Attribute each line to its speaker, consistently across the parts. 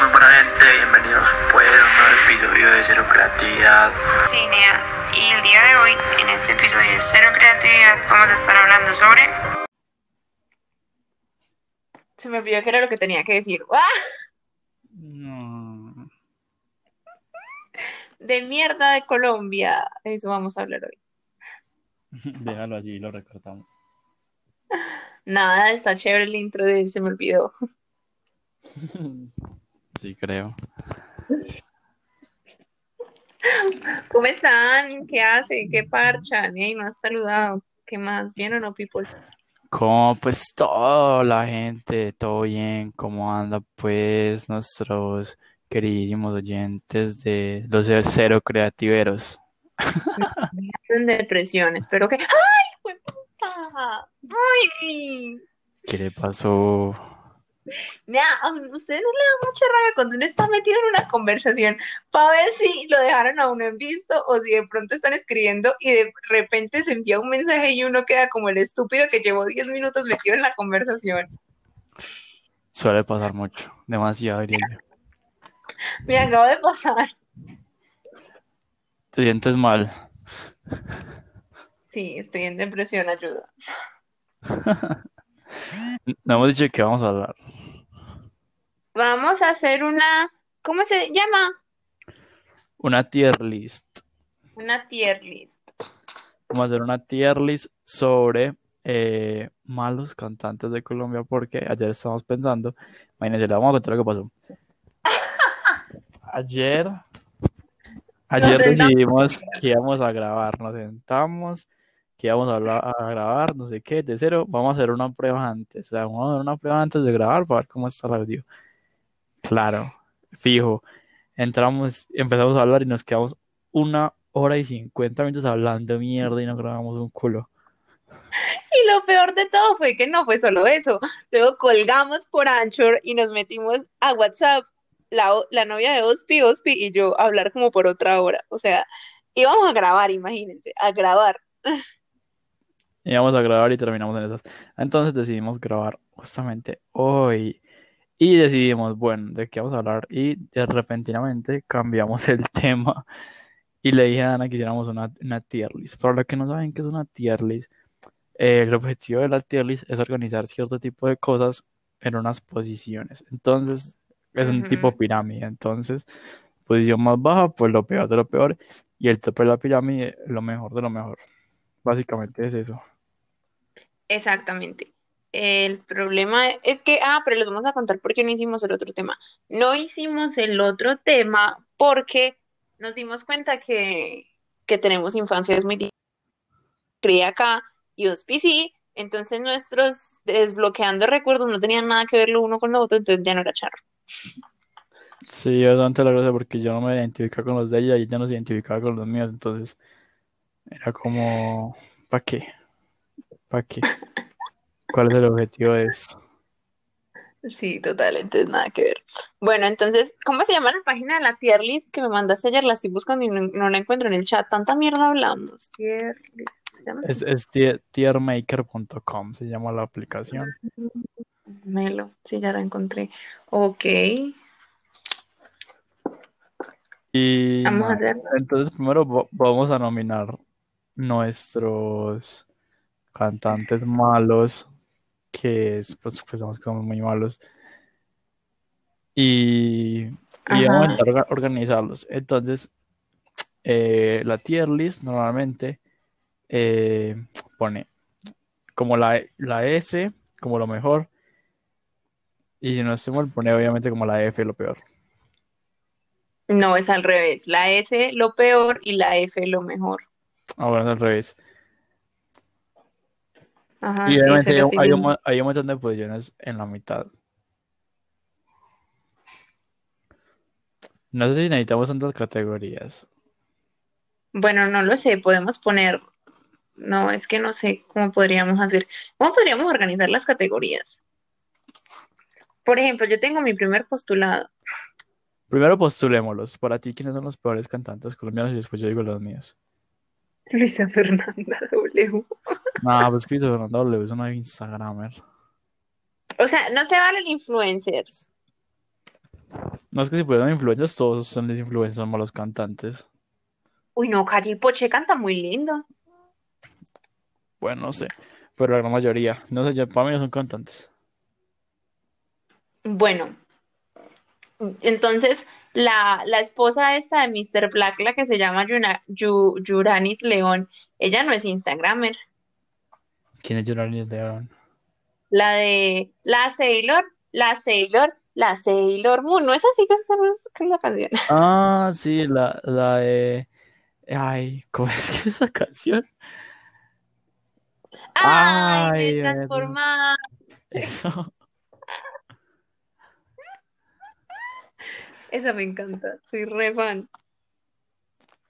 Speaker 1: muy buena gente, bienvenidos pues a un nuevo episodio de Cero Creatividad.
Speaker 2: Cinea. Y el día de hoy, en este episodio de Cero Creatividad, vamos a estar hablando sobre...
Speaker 3: Se me olvidó que era lo que tenía que decir. ¡Ah!
Speaker 4: No.
Speaker 3: De mierda de Colombia. Eso vamos a hablar hoy.
Speaker 4: Déjalo allí y lo recortamos.
Speaker 3: Nada, está chévere el intro de Se me olvidó.
Speaker 4: Sí, creo.
Speaker 3: ¿Cómo están? ¿Qué hacen? ¿Qué parchan? Y no has saludado. ¿Qué más? ¿Bien o no, people?
Speaker 4: ¿Cómo pues todo la gente? ¿Todo bien? ¿Cómo anda pues nuestros queridísimos oyentes de los de Cero Creativeros?
Speaker 3: En depresión, espero que. ¡Ay, fue puta! ¡Uy!
Speaker 4: ¿Qué le pasó?
Speaker 3: Nah, a usted no le da mucha rabia cuando uno está metido en una conversación para ver si lo dejaron a uno en visto o si de pronto están escribiendo y de repente se envía un mensaje y uno queda como el estúpido que llevó 10 minutos metido en la conversación.
Speaker 4: Suele pasar mucho, demasiado diría yo.
Speaker 3: Me acabo de pasar.
Speaker 4: ¿Te sientes mal?
Speaker 3: Sí, estoy en depresión, ayuda.
Speaker 4: No hemos dicho que vamos a hablar.
Speaker 3: Vamos a hacer una. ¿Cómo se llama?
Speaker 4: Una tier list.
Speaker 3: Una tier list.
Speaker 4: Vamos a hacer una tier list sobre eh, malos cantantes de Colombia porque ayer estábamos pensando, imagínense, le vamos a contar lo que pasó. Ayer, ayer
Speaker 3: sentamos.
Speaker 4: decidimos que íbamos a grabar, nos sentamos, que íbamos a, hablar- a grabar, no sé qué, de cero, vamos a hacer una prueba antes, o sea, vamos a hacer una prueba antes de grabar para ver cómo está el audio. Claro, fijo, entramos, empezamos a hablar y nos quedamos una hora y cincuenta minutos hablando mierda y no grabamos un culo.
Speaker 3: Y lo peor de todo fue que no fue solo eso. Luego colgamos por Anchor y nos metimos a WhatsApp, la, o- la novia de Ospi, Ospi y yo a hablar como por otra hora. O sea, íbamos a grabar, imagínense, a grabar.
Speaker 4: Íbamos a grabar y terminamos en esas. Entonces decidimos grabar justamente hoy. Y decidimos, bueno, de qué vamos a hablar. Y de- repentinamente cambiamos el tema. Y le dije a Ana que hiciéramos una, una tier list. Para los que no saben qué es una tier list, eh, el objetivo de la tier list es organizar cierto tipo de cosas en unas posiciones. Entonces, es un tipo
Speaker 3: Ujú.
Speaker 4: pirámide. Entonces, posición más baja, pues lo peor de lo peor. Y el tope de la pirámide, lo mejor de lo mejor. Básicamente es eso.
Speaker 3: Exactamente. El problema es que, ah, pero les vamos a contar por qué no hicimos el otro tema. No hicimos el otro tema porque nos dimos cuenta que, que tenemos infancias muy diferentes. Creí acá y Ospi sí, entonces nuestros desbloqueando recuerdos no tenían nada que ver lo uno con lo otro, entonces ya no era charro.
Speaker 4: Sí, yo tanto la gracia porque yo no me identificaba con los de ella y ella no se identificaba con los míos, entonces era como, ¿para qué? ¿Para qué? ¿Cuál es el objetivo de eso?
Speaker 3: Sí, total, entonces nada que ver. Bueno, entonces, ¿cómo se llama la página de la tier list que me mandaste ayer? La estoy buscando y no, no la encuentro en el chat. Tanta mierda hablamos. Tier list, ¿se llama así?
Speaker 4: Es, es tier- tiermaker.com, se llama la aplicación.
Speaker 3: Melo, sí, ya la encontré. Ok.
Speaker 4: Y
Speaker 3: Vamos a
Speaker 4: nada,
Speaker 3: hacerlo.
Speaker 4: entonces primero va- vamos a nominar nuestros cantantes malos, que es, pues pensamos que somos muy malos. Y, y vamos a
Speaker 3: Ajá.
Speaker 4: intentar orga- organizarlos. Entonces, eh, la tier list normalmente eh, pone como la, la S, como lo mejor. Y si no estoy mal, pone obviamente como la F, lo peor.
Speaker 3: No, es al revés. La S lo peor y la F lo mejor.
Speaker 4: Ah, bueno, es al revés.
Speaker 3: Ajá, Ah, sí,
Speaker 4: Y
Speaker 3: se
Speaker 4: obviamente
Speaker 3: lo
Speaker 4: hay,
Speaker 3: estoy
Speaker 4: hay un,
Speaker 3: viendo.
Speaker 4: mo- hay un montón de posiciones en la mitad. No sé si necesitamos tantas categorías.
Speaker 3: Bueno, no lo sé, podemos poner. No, es que no sé cómo podríamos hacer. ¿Cómo podríamos organizar las categorías? Por ejemplo, yo tengo mi primer postulado.
Speaker 4: Primero postulémoslos. Para ti, ¿quiénes son los peores cantantes colombianos? Y después yo digo los míos.
Speaker 3: Luisa Fernanda W.
Speaker 4: Nah, pues Cristo Fernando W es una Instagramer.
Speaker 3: O sea, no se valen influencers.
Speaker 4: No es que si fueran influencers, todos son los influencers, son malos cantantes.
Speaker 3: Uy, no, Calle y Poche canta muy lindo.
Speaker 4: Bueno, no sé. Pero la gran mayoría. No sé, yo, para mí no son cantantes.
Speaker 3: Bueno, entonces la, la esposa esta de Mr. Black, la que se llama Yuna- Yu- Yuranis León, ella no es Instagramer.
Speaker 4: ¿Quién es Yolanis León?
Speaker 3: La de la Sailor, la Sailor, la Sailor Moon. ¿No es así que es, que es la canción?
Speaker 4: Ah, sí, la, la de. Ay, ¿cómo es que es esa canción? Ay,
Speaker 3: ¡Ay, me
Speaker 4: Dios.
Speaker 3: transforma!
Speaker 4: Eso.
Speaker 3: Esa me encanta, soy re fan.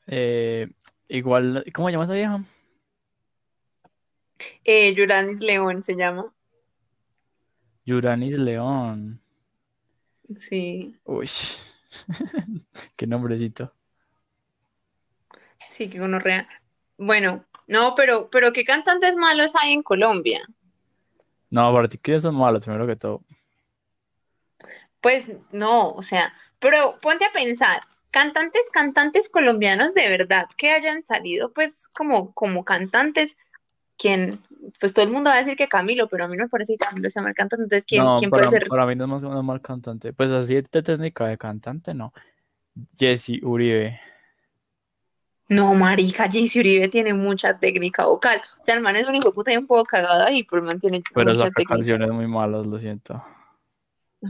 Speaker 4: Eh, igual, ¿cómo se llama esa vieja?
Speaker 3: Eh, Yuranis León se llama.
Speaker 4: Yuranis León.
Speaker 3: Sí,
Speaker 4: Uy, qué nombrecito.
Speaker 3: sí, que gonorrea. Bueno, no, pero, pero ¿qué cantantes malos hay en Colombia?
Speaker 4: No, para ti, ¿quiénes son malos, primero que todo?
Speaker 3: Pues no, o sea, pero ponte a pensar, cantantes, cantantes colombianos de verdad que hayan salido pues como, como cantantes, quien, pues todo el mundo va a decir que Camilo, pero a mí no me parece que Camilo sea mal cantante, entonces ¿quién,
Speaker 4: No,
Speaker 3: quién
Speaker 4: para,
Speaker 3: puede ser?
Speaker 4: para mí no es más no es mal cantante. Pues así de técnica de cantante, no. Jesse Uribe.
Speaker 3: No, marica, Jesse Uribe tiene mucha técnica vocal, o sea, el man es un hijo de puta y un poco cagado ahí, pero el man tiene
Speaker 4: Pero
Speaker 3: mucha
Speaker 4: saca
Speaker 3: técnica.
Speaker 4: canciones muy malas, lo siento.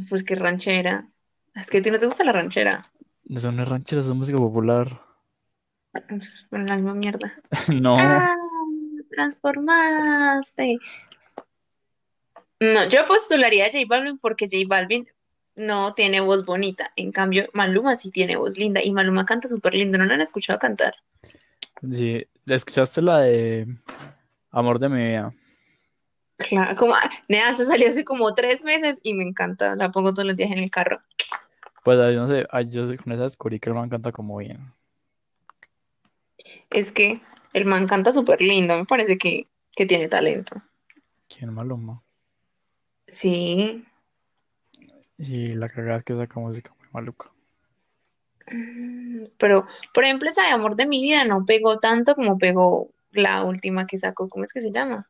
Speaker 3: Pues qué ranchera, es que a ti no te gusta la ranchera,
Speaker 4: Eso no es ranchera, eso es música popular.
Speaker 3: pues bueno, la misma mierda.
Speaker 4: No.
Speaker 3: Ah, me transformaste. No, yo postularía a J Balvin porque J Balvin no tiene voz bonita. En cambio, Maluma sí tiene voz linda y Maluma canta súper lindo. ¿No la han escuchado cantar?
Speaker 4: Sí, ¿escuchaste la de Amor de mi vida?
Speaker 3: Claro, como, ah, nea, eso salió hace como tres meses y me encanta. La pongo todos los días en el carro.
Speaker 4: Pues ah, yo no sé, ah, yo sé- con esa descubrí que el man canta como bien.
Speaker 3: Es que el man canta súper lindo. Me parece que, que tiene talento.
Speaker 4: ¿Quién Maluma?
Speaker 3: Sí.
Speaker 4: Y la cagada es que saca música muy maluca.
Speaker 3: Mm, Pero, por ejemplo, esa de Amor de mi vida no pegó tanto como pegó la última que sacó. ¿Cómo es que se llama?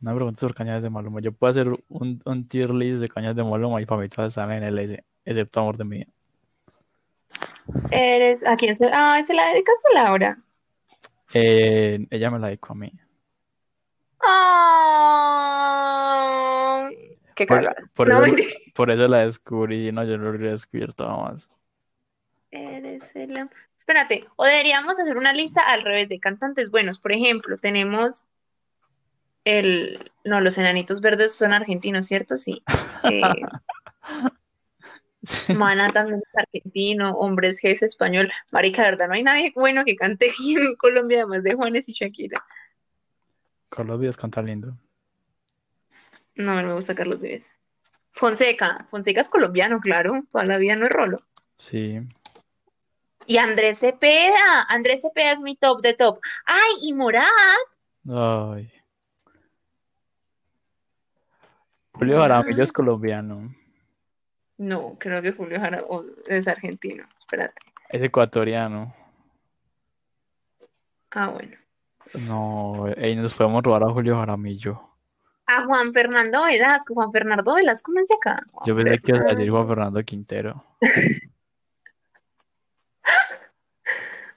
Speaker 4: No me preguntes por cañas de Maluma. Yo puedo hacer un, un tier list de cañas de Maluma y para mí todas están en el S, excepto Amor de mi vida.
Speaker 3: Eres, ¿a quién se, ah, se la dedicaste a Laura?
Speaker 4: Eh, ella me la dedicó a mí.
Speaker 3: Ay, qué
Speaker 4: Por,
Speaker 3: cagada.
Speaker 4: por
Speaker 3: No,
Speaker 4: eso,
Speaker 3: mentira.
Speaker 4: por eso la descubrí, no, yo no la hubiera descubierto más.
Speaker 3: Eres el am- Espérate, o deberíamos hacer una lista al revés de cantantes buenos. Por ejemplo, tenemos el, no, los Enanitos Verdes son argentinos, ¿cierto? Sí. Eh, Maná también es argentino, Hombres G es español. Marica, la verdad, no hay nadie bueno que cante aquí en Colombia, además de Juanes y Shakira.
Speaker 4: Carlos Díaz canta lindo.
Speaker 3: No, no me gusta Carlos Vives. Fonseca, Fonseca es colombiano, claro, toda la vida no es rolo.
Speaker 4: Sí.
Speaker 3: Y Andrés Cepeda, Andrés Cepeda es mi top de top. Ay, y Morat.
Speaker 4: Ay. Julio Jaramillo
Speaker 3: Ah.
Speaker 4: es colombiano.
Speaker 3: No, creo que Julio Jara o- es argentino. Espérate.
Speaker 4: Es ecuatoriano.
Speaker 3: Ah, bueno.
Speaker 4: No, ey, nos podemos robar a Julio Jaramillo.
Speaker 3: A Juan Fernando Velasco, Juan Fernando Velasco no es de acá. Juan
Speaker 4: Yo pensé que iba a
Speaker 3: Fernando.
Speaker 4: decir Juan Fernando Quintero.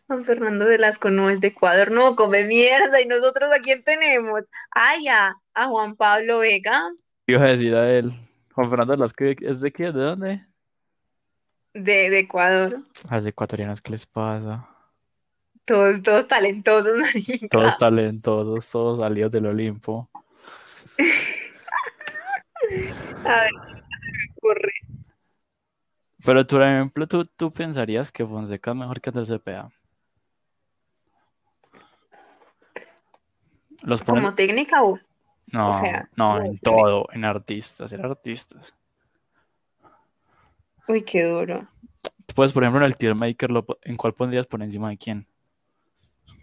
Speaker 3: Juan Fernando Velasco no es de Ecuador, no, come mierda. ¿Y nosotros a quién tenemos? Ay, a, a Juan Pablo Vega
Speaker 4: Iba a decir a él. Juan Fernando Velasco, ¿es de qué? ¿De dónde?
Speaker 3: de, de Ecuador.
Speaker 4: A los ecuatorianos, ¿qué les pasa?
Speaker 3: Todos, todos talentosos, marica.
Speaker 4: Todos talentosos, todos salidos del Olimpo.
Speaker 3: A ver, ¿qué se me ocurre?
Speaker 4: Pero, tú, por ejemplo, ¿tú, tú pensarías que Fonseca es mejor que Andrés Cepeda? Los ponen...
Speaker 3: Como técnica o
Speaker 4: No,
Speaker 3: sea, no,
Speaker 4: no, en
Speaker 3: tiene-
Speaker 4: todo, en artistas, en artistas.
Speaker 3: Uy, qué duro.
Speaker 4: Pues, por ejemplo, en el tier maker, lo po- ¿en cuál pondrías por encima de quién?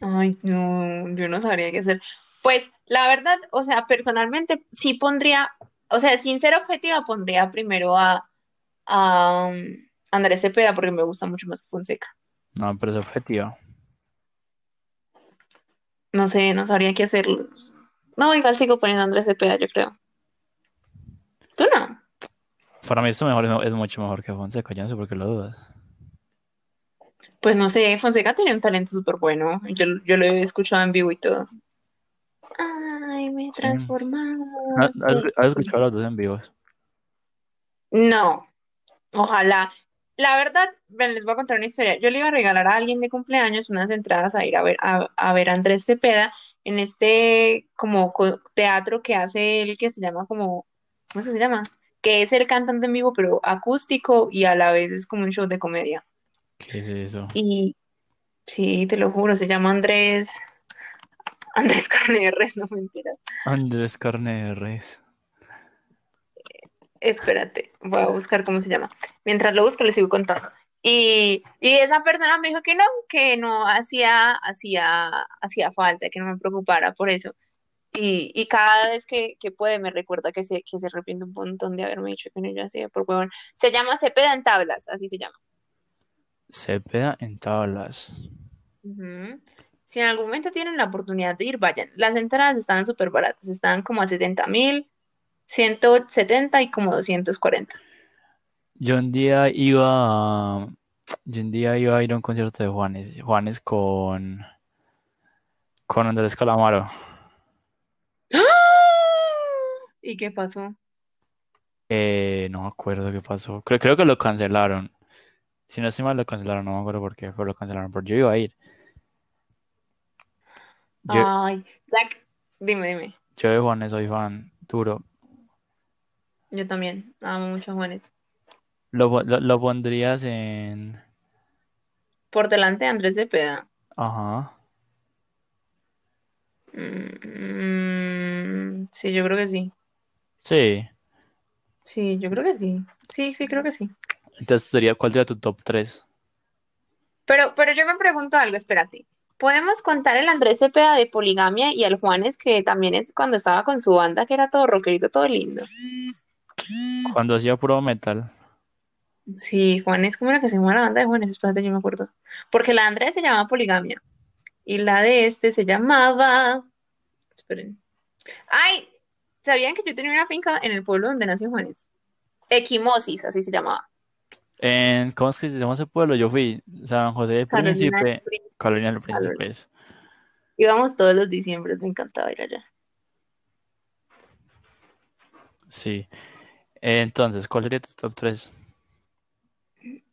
Speaker 3: Ay, no, yo no sabría qué hacer. Pues la verdad, o sea, personalmente sí pondría, o sea, sin ser objetiva, pondría primero a, a um, Andrés Cepeda porque me gusta mucho más que Fonseca.
Speaker 4: No, pero es objetiva.
Speaker 3: No sé, no sabría qué hacer. No, igual sigo poniendo a Andrés Cepeda, yo creo. ¿Tú no?
Speaker 4: Para mí esto mejor es- es mucho mejor que Fonseca, yo no sé por qué lo dudas.
Speaker 3: Pues no sé, Fonseca tiene un talento súper bueno. Yo, yo lo he escuchado en vivo y todo. Ay, me he transformado.
Speaker 4: ¿Has, has-
Speaker 3: pues,
Speaker 4: has escuchado los dos en vivos?
Speaker 3: No, ojalá. La verdad, ven, les voy a contar una historia. Yo le iba a regalar a alguien de cumpleaños unas entradas a ir a ver a, a ver a Andrés Cepeda en este como co- teatro que hace él que se llama como, ¿cómo es que se llama? Que es el cantante en vivo, pero acústico y a la vez es como un show de comedia.
Speaker 4: ¿Qué es eso?
Speaker 3: Y sí, te lo juro, se llama Andrés, Andrés Carne de Res, no mentiras.
Speaker 4: Andrés Carne de Res.
Speaker 3: Espérate, voy a buscar cómo se llama. Mientras lo busco, le sigo contando. Y, y esa persona me dijo que no, que no hacía, hacía, hacía falta, que no me preocupara por eso. Y, y cada vez que, que puede me recuerda que se, que se arrepiente un montón de haberme dicho que no yo hacía por huevón. Se llama Cepeda en tablas, así se llama.
Speaker 4: Cepeda en tablas.
Speaker 3: Ujú. Si en algún momento tienen la oportunidad de ir, vayan. Las entradas están súper baratas, están como a 70 mil, 170 y como 240.
Speaker 4: Yo un día iba a... Yo un día iba a ir a un concierto de Juanes. Juanes con... Con Andrés Calamaro.
Speaker 3: ¡Ah! ¿Y qué pasó?
Speaker 4: Eh, no me acuerdo qué pasó. Creo, creo que lo cancelaron. Si no estoy mal, lo cancelaron. No me acuerdo por qué, pero lo cancelaron. Porque yo iba a ir. Yo,
Speaker 3: Ay, Zac, dime, dime.
Speaker 4: yo de Juanes soy fan duro.
Speaker 3: Yo también amo mucho a Juanes.
Speaker 4: Lo, pon- lo, lo pondrías en...
Speaker 3: Por delante de Andrés Cepeda.
Speaker 4: Ajá.
Speaker 3: Mm, mm, sí, yo creo que sí.
Speaker 4: Sí.
Speaker 3: Sí, yo creo que sí. Sí, sí, creo que sí.
Speaker 4: Entonces sería, ¿cuál sería tu top 3?
Speaker 3: Pero, pero yo me pregunto algo, espérate. ¿Podemos contar el Andrés Cepeda de Poligamia y al Juanes que también es cuando estaba con su banda que era todo rockerito, todo lindo?
Speaker 4: Cuando hacía puro metal.
Speaker 3: Sí, Juanes, ¿cómo era que se llamaba la banda de Juanes? Espérate, yo me acuerdo. Porque la de Andrés se llamaba Poligamia y la de este se llamaba... Esperen. Ay, ¿sabían que yo tenía una finca en el pueblo donde nació Juanes? Equimosis, así se llamaba.
Speaker 4: En, ¿cómo es que se llama ese pueblo? Yo fui. San José de
Speaker 3: Carolina del
Speaker 4: Príncipe.
Speaker 3: Príncipe.
Speaker 4: Carolina del
Speaker 3: Carolina.
Speaker 4: Príncipe. es.
Speaker 3: Íbamos todos los diciembres, me encantaba ir allá.
Speaker 4: Sí. Eh, Entonces, ¿cuál sería tu top 3?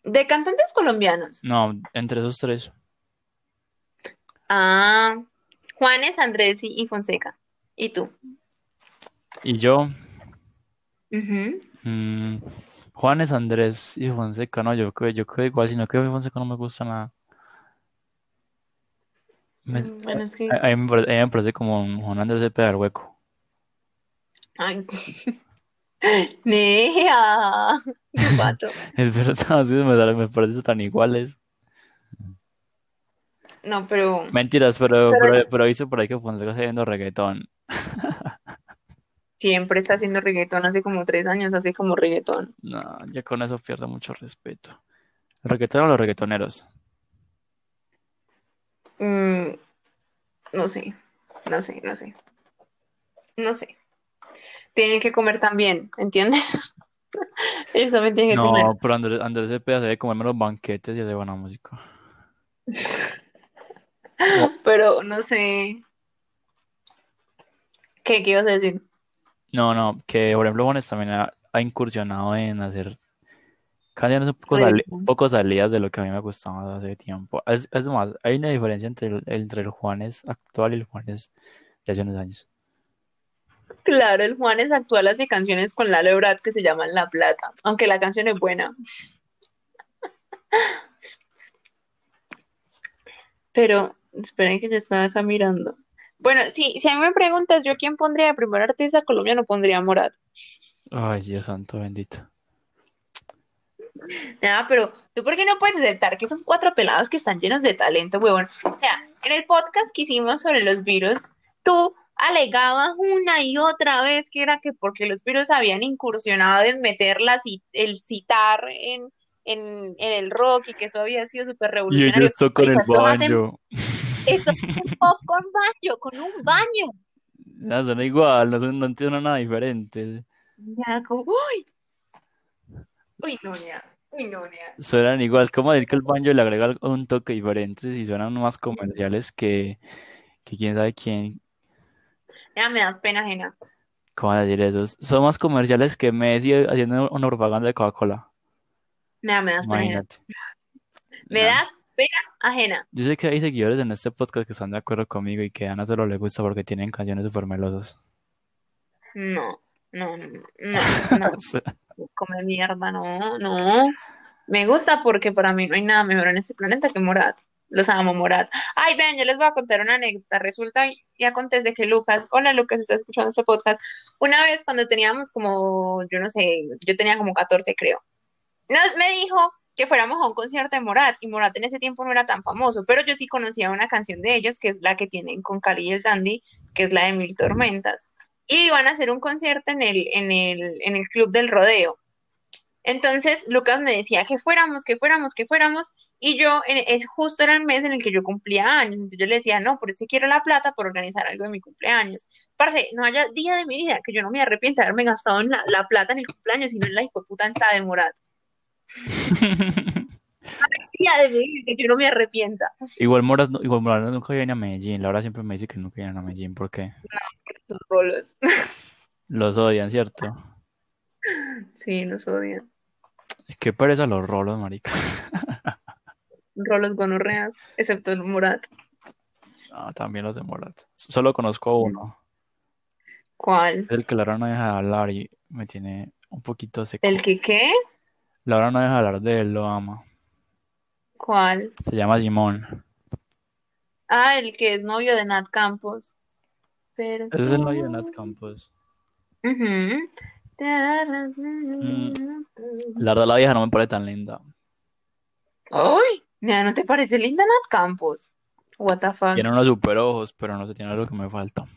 Speaker 3: De cantantes colombianos.
Speaker 4: No, entre esos tres.
Speaker 3: Ah, Juanes, Andrés y y Fonseca. ¿Y tú?
Speaker 4: Y yo...
Speaker 3: Ujú.
Speaker 4: Mm, Juanes, Andrés y Fonseca, no, yo creo, yo creo igual, sino que Fonseca no me gusta nada. Me- Ah,
Speaker 3: Mm, Bueno, es que...
Speaker 4: a, a mí me pare- a mí me parece como un Juan Andrés de pegar hueco.
Speaker 3: Ay. Nea, qué pato.
Speaker 4: Es verdad, sí, me, da- me parece tan iguales.
Speaker 3: No, pero...
Speaker 4: Mentiras, pero,
Speaker 3: Pero-
Speaker 4: pero, pero hice por ahí que Fonseca está viendo reggaetón.
Speaker 3: Siempre está haciendo reggaetón, hace como tres años, hace como reggaetón.
Speaker 4: No, ya con eso pierdo mucho respeto. ¿El reggaetón o los reggaetoneros?
Speaker 3: Mm, no sé, no sé, no sé, no sé. Tienen que comer también, ¿entiendes? Ellos también tienen que comer.
Speaker 4: No, pero Andrés, Andrés Cepeda se debe comerme los banquetes y hace buena música. No.
Speaker 3: Pero no sé. ¿Qué, qué ibas a decir?
Speaker 4: No, no, que por ejemplo Juanes también ha, ha incursionado en hacer canciones un poco, sali-
Speaker 3: Reggaetón.
Speaker 4: un poco salidas de lo que a mí me gustaba hace tiempo. Es, es más, hay una diferencia entre el, entre el Juanes actual y el Juanes de hace unos años.
Speaker 3: Claro, el Juanes actual hace canciones con Lalo Ebrard que se llaman La Plata, aunque la canción es buena. Pero, esperen que yo estaba acá mirando. Bueno, sí, si a mí me preguntas yo quién pondría de primer artista colombiano, pondría a Morat.
Speaker 4: Ay, Dios santo bendito.
Speaker 3: Nada, pero tú por qué no puedes aceptar que son cuatro pelados que están llenos de talento, huevón. O sea, en el podcast que hicimos sobre los virus, tú alegaba una y otra vez que era que porque los piros habían incursionado en meter la ci- el citar en, en, en el rock y que eso había sido súper
Speaker 4: Y
Speaker 3: revolucionario.
Speaker 4: ellos tocan el
Speaker 3: Marica, estos hacen-
Speaker 4: baño.
Speaker 3: Esto es un pop con baño, con un baño.
Speaker 4: No, suena igual, no, suena- no entiendo nada diferente.
Speaker 3: Ya, como, uy. Uy, no, ya. Uy, no, ya.
Speaker 4: Suenan igual, es como decir que el baño le agrega algo- un toque diferente y suenan más comerciales que, que quién sabe quién.
Speaker 3: Ya me das pena ajena.
Speaker 4: ¿Cómo van a decir eso? Son más comerciales que Messi haciendo una propaganda de Coca-Cola.
Speaker 3: Ya me das pena ajena.
Speaker 4: Imagínate.
Speaker 3: Me
Speaker 4: Nah.
Speaker 3: das pena ajena.
Speaker 4: Yo sé que hay seguidores en este podcast que están de acuerdo conmigo y que a Ana solo le gusta porque tienen canciones súper melosas.
Speaker 3: No, no, no, no, no.
Speaker 4: O sea,
Speaker 3: come mierda, no, no. Me gusta porque para mí no hay nada mejor en este planeta que Morat. Los amo, Morat. Ay, vean, yo les voy a contar una anécdota. Resulta y acontece que Lucas, hola Lucas, está escuchando este podcast. Una vez cuando teníamos como, yo no sé, yo tenía como 14, creo. Nos, me dijo que fuéramos a un concierto de Morat y Morat en ese tiempo no era tan famoso, pero yo sí conocía una canción de ellos que es la que tienen con Cali y el Dandy, que es la de Mil Tormentas. Y iban a hacer un concierto en el, en el, en el Club del Rodeo. Entonces Lucas me decía que fuéramos, que fuéramos, que fuéramos, y yo, en- es justo era el mes en el que yo cumplía años, entonces yo le decía, no, por eso quiero la plata por organizar algo de mi cumpleaños. Parce, no haya día de mi vida que yo no me arrepienta de haberme gastado en la, la plata en el cumpleaños, sino en la hipoputa entrada de Morat. Día de mi vida que yo no me arrepienta.
Speaker 4: Igual Morat, no- igual Morat nunca viene a Medellín. Laura siempre me dice que nunca vienen a Medellín porque
Speaker 3: Sus rolos.
Speaker 4: los odian, ¿cierto?
Speaker 3: Sí, nos odian.
Speaker 4: Es que pereza los rolos, marica.
Speaker 3: Rolos gonorreas, excepto el Morat.
Speaker 4: No, también los de Morat. Solo conozco a uno.
Speaker 3: ¿Cuál?
Speaker 4: Es el que Laura no deja de hablar y me tiene un poquito seco.
Speaker 3: ¿El que qué?
Speaker 4: Laura no deja de hablar de él, lo ama.
Speaker 3: ¿Cuál?
Speaker 4: Se llama Simón.
Speaker 3: Ah, el que es novio de Nat Campos. Pero
Speaker 4: Ese es el novio de Nat
Speaker 3: tú-
Speaker 4: Campos.
Speaker 3: Ujú. Te agarras-
Speaker 4: Mm. La verdad, la vieja no me parece tan linda.
Speaker 3: Ay, nena, ¿no te parece linda Nat Campos? What the fuck.
Speaker 4: Tiene unos super ojos, pero no se tiene algo que me falta.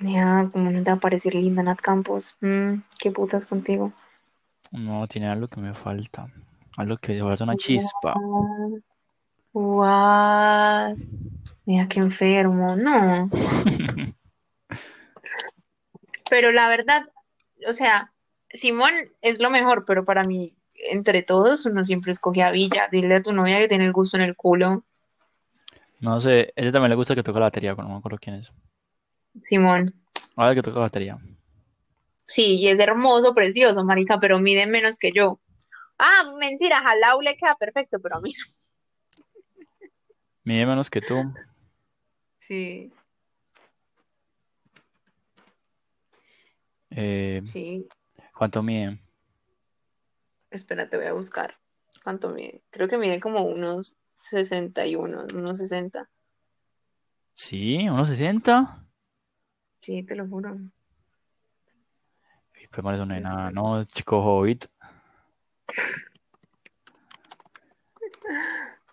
Speaker 3: Nena, ¿cómo no te va a parecer linda Nat Campos? Mm, qué putas contigo.
Speaker 4: No, tiene algo que me falta. Algo que de verdad es una chispa.
Speaker 3: What? Mira, qué enfermo. No. Pero la verdad, o sea, Simón es lo mejor, pero para mí, entre todos, uno siempre escoge a Villa. Dile a tu novia que tiene el gusto en el culo.
Speaker 4: No sé, a ella también le gusta el que toca la batería, pero no me acuerdo quién es.
Speaker 3: Simón.
Speaker 4: Ahora el que toca la batería.
Speaker 3: Sí, y es hermoso, precioso, marica, pero mide menos que yo. Ah, mentira, a Lau le queda perfecto, pero a mí no.
Speaker 4: Mide menos que tú.
Speaker 3: Sí,
Speaker 4: Eh,
Speaker 3: sí.
Speaker 4: ¿cuánto mide?
Speaker 3: Espera, te voy a buscar. ¿Cuánto mide? Creo que mide como unos 61, unos 60.
Speaker 4: Sí, unos 60.
Speaker 3: Sí, te lo juro.
Speaker 4: Y pues parece un enano, chico hobbit.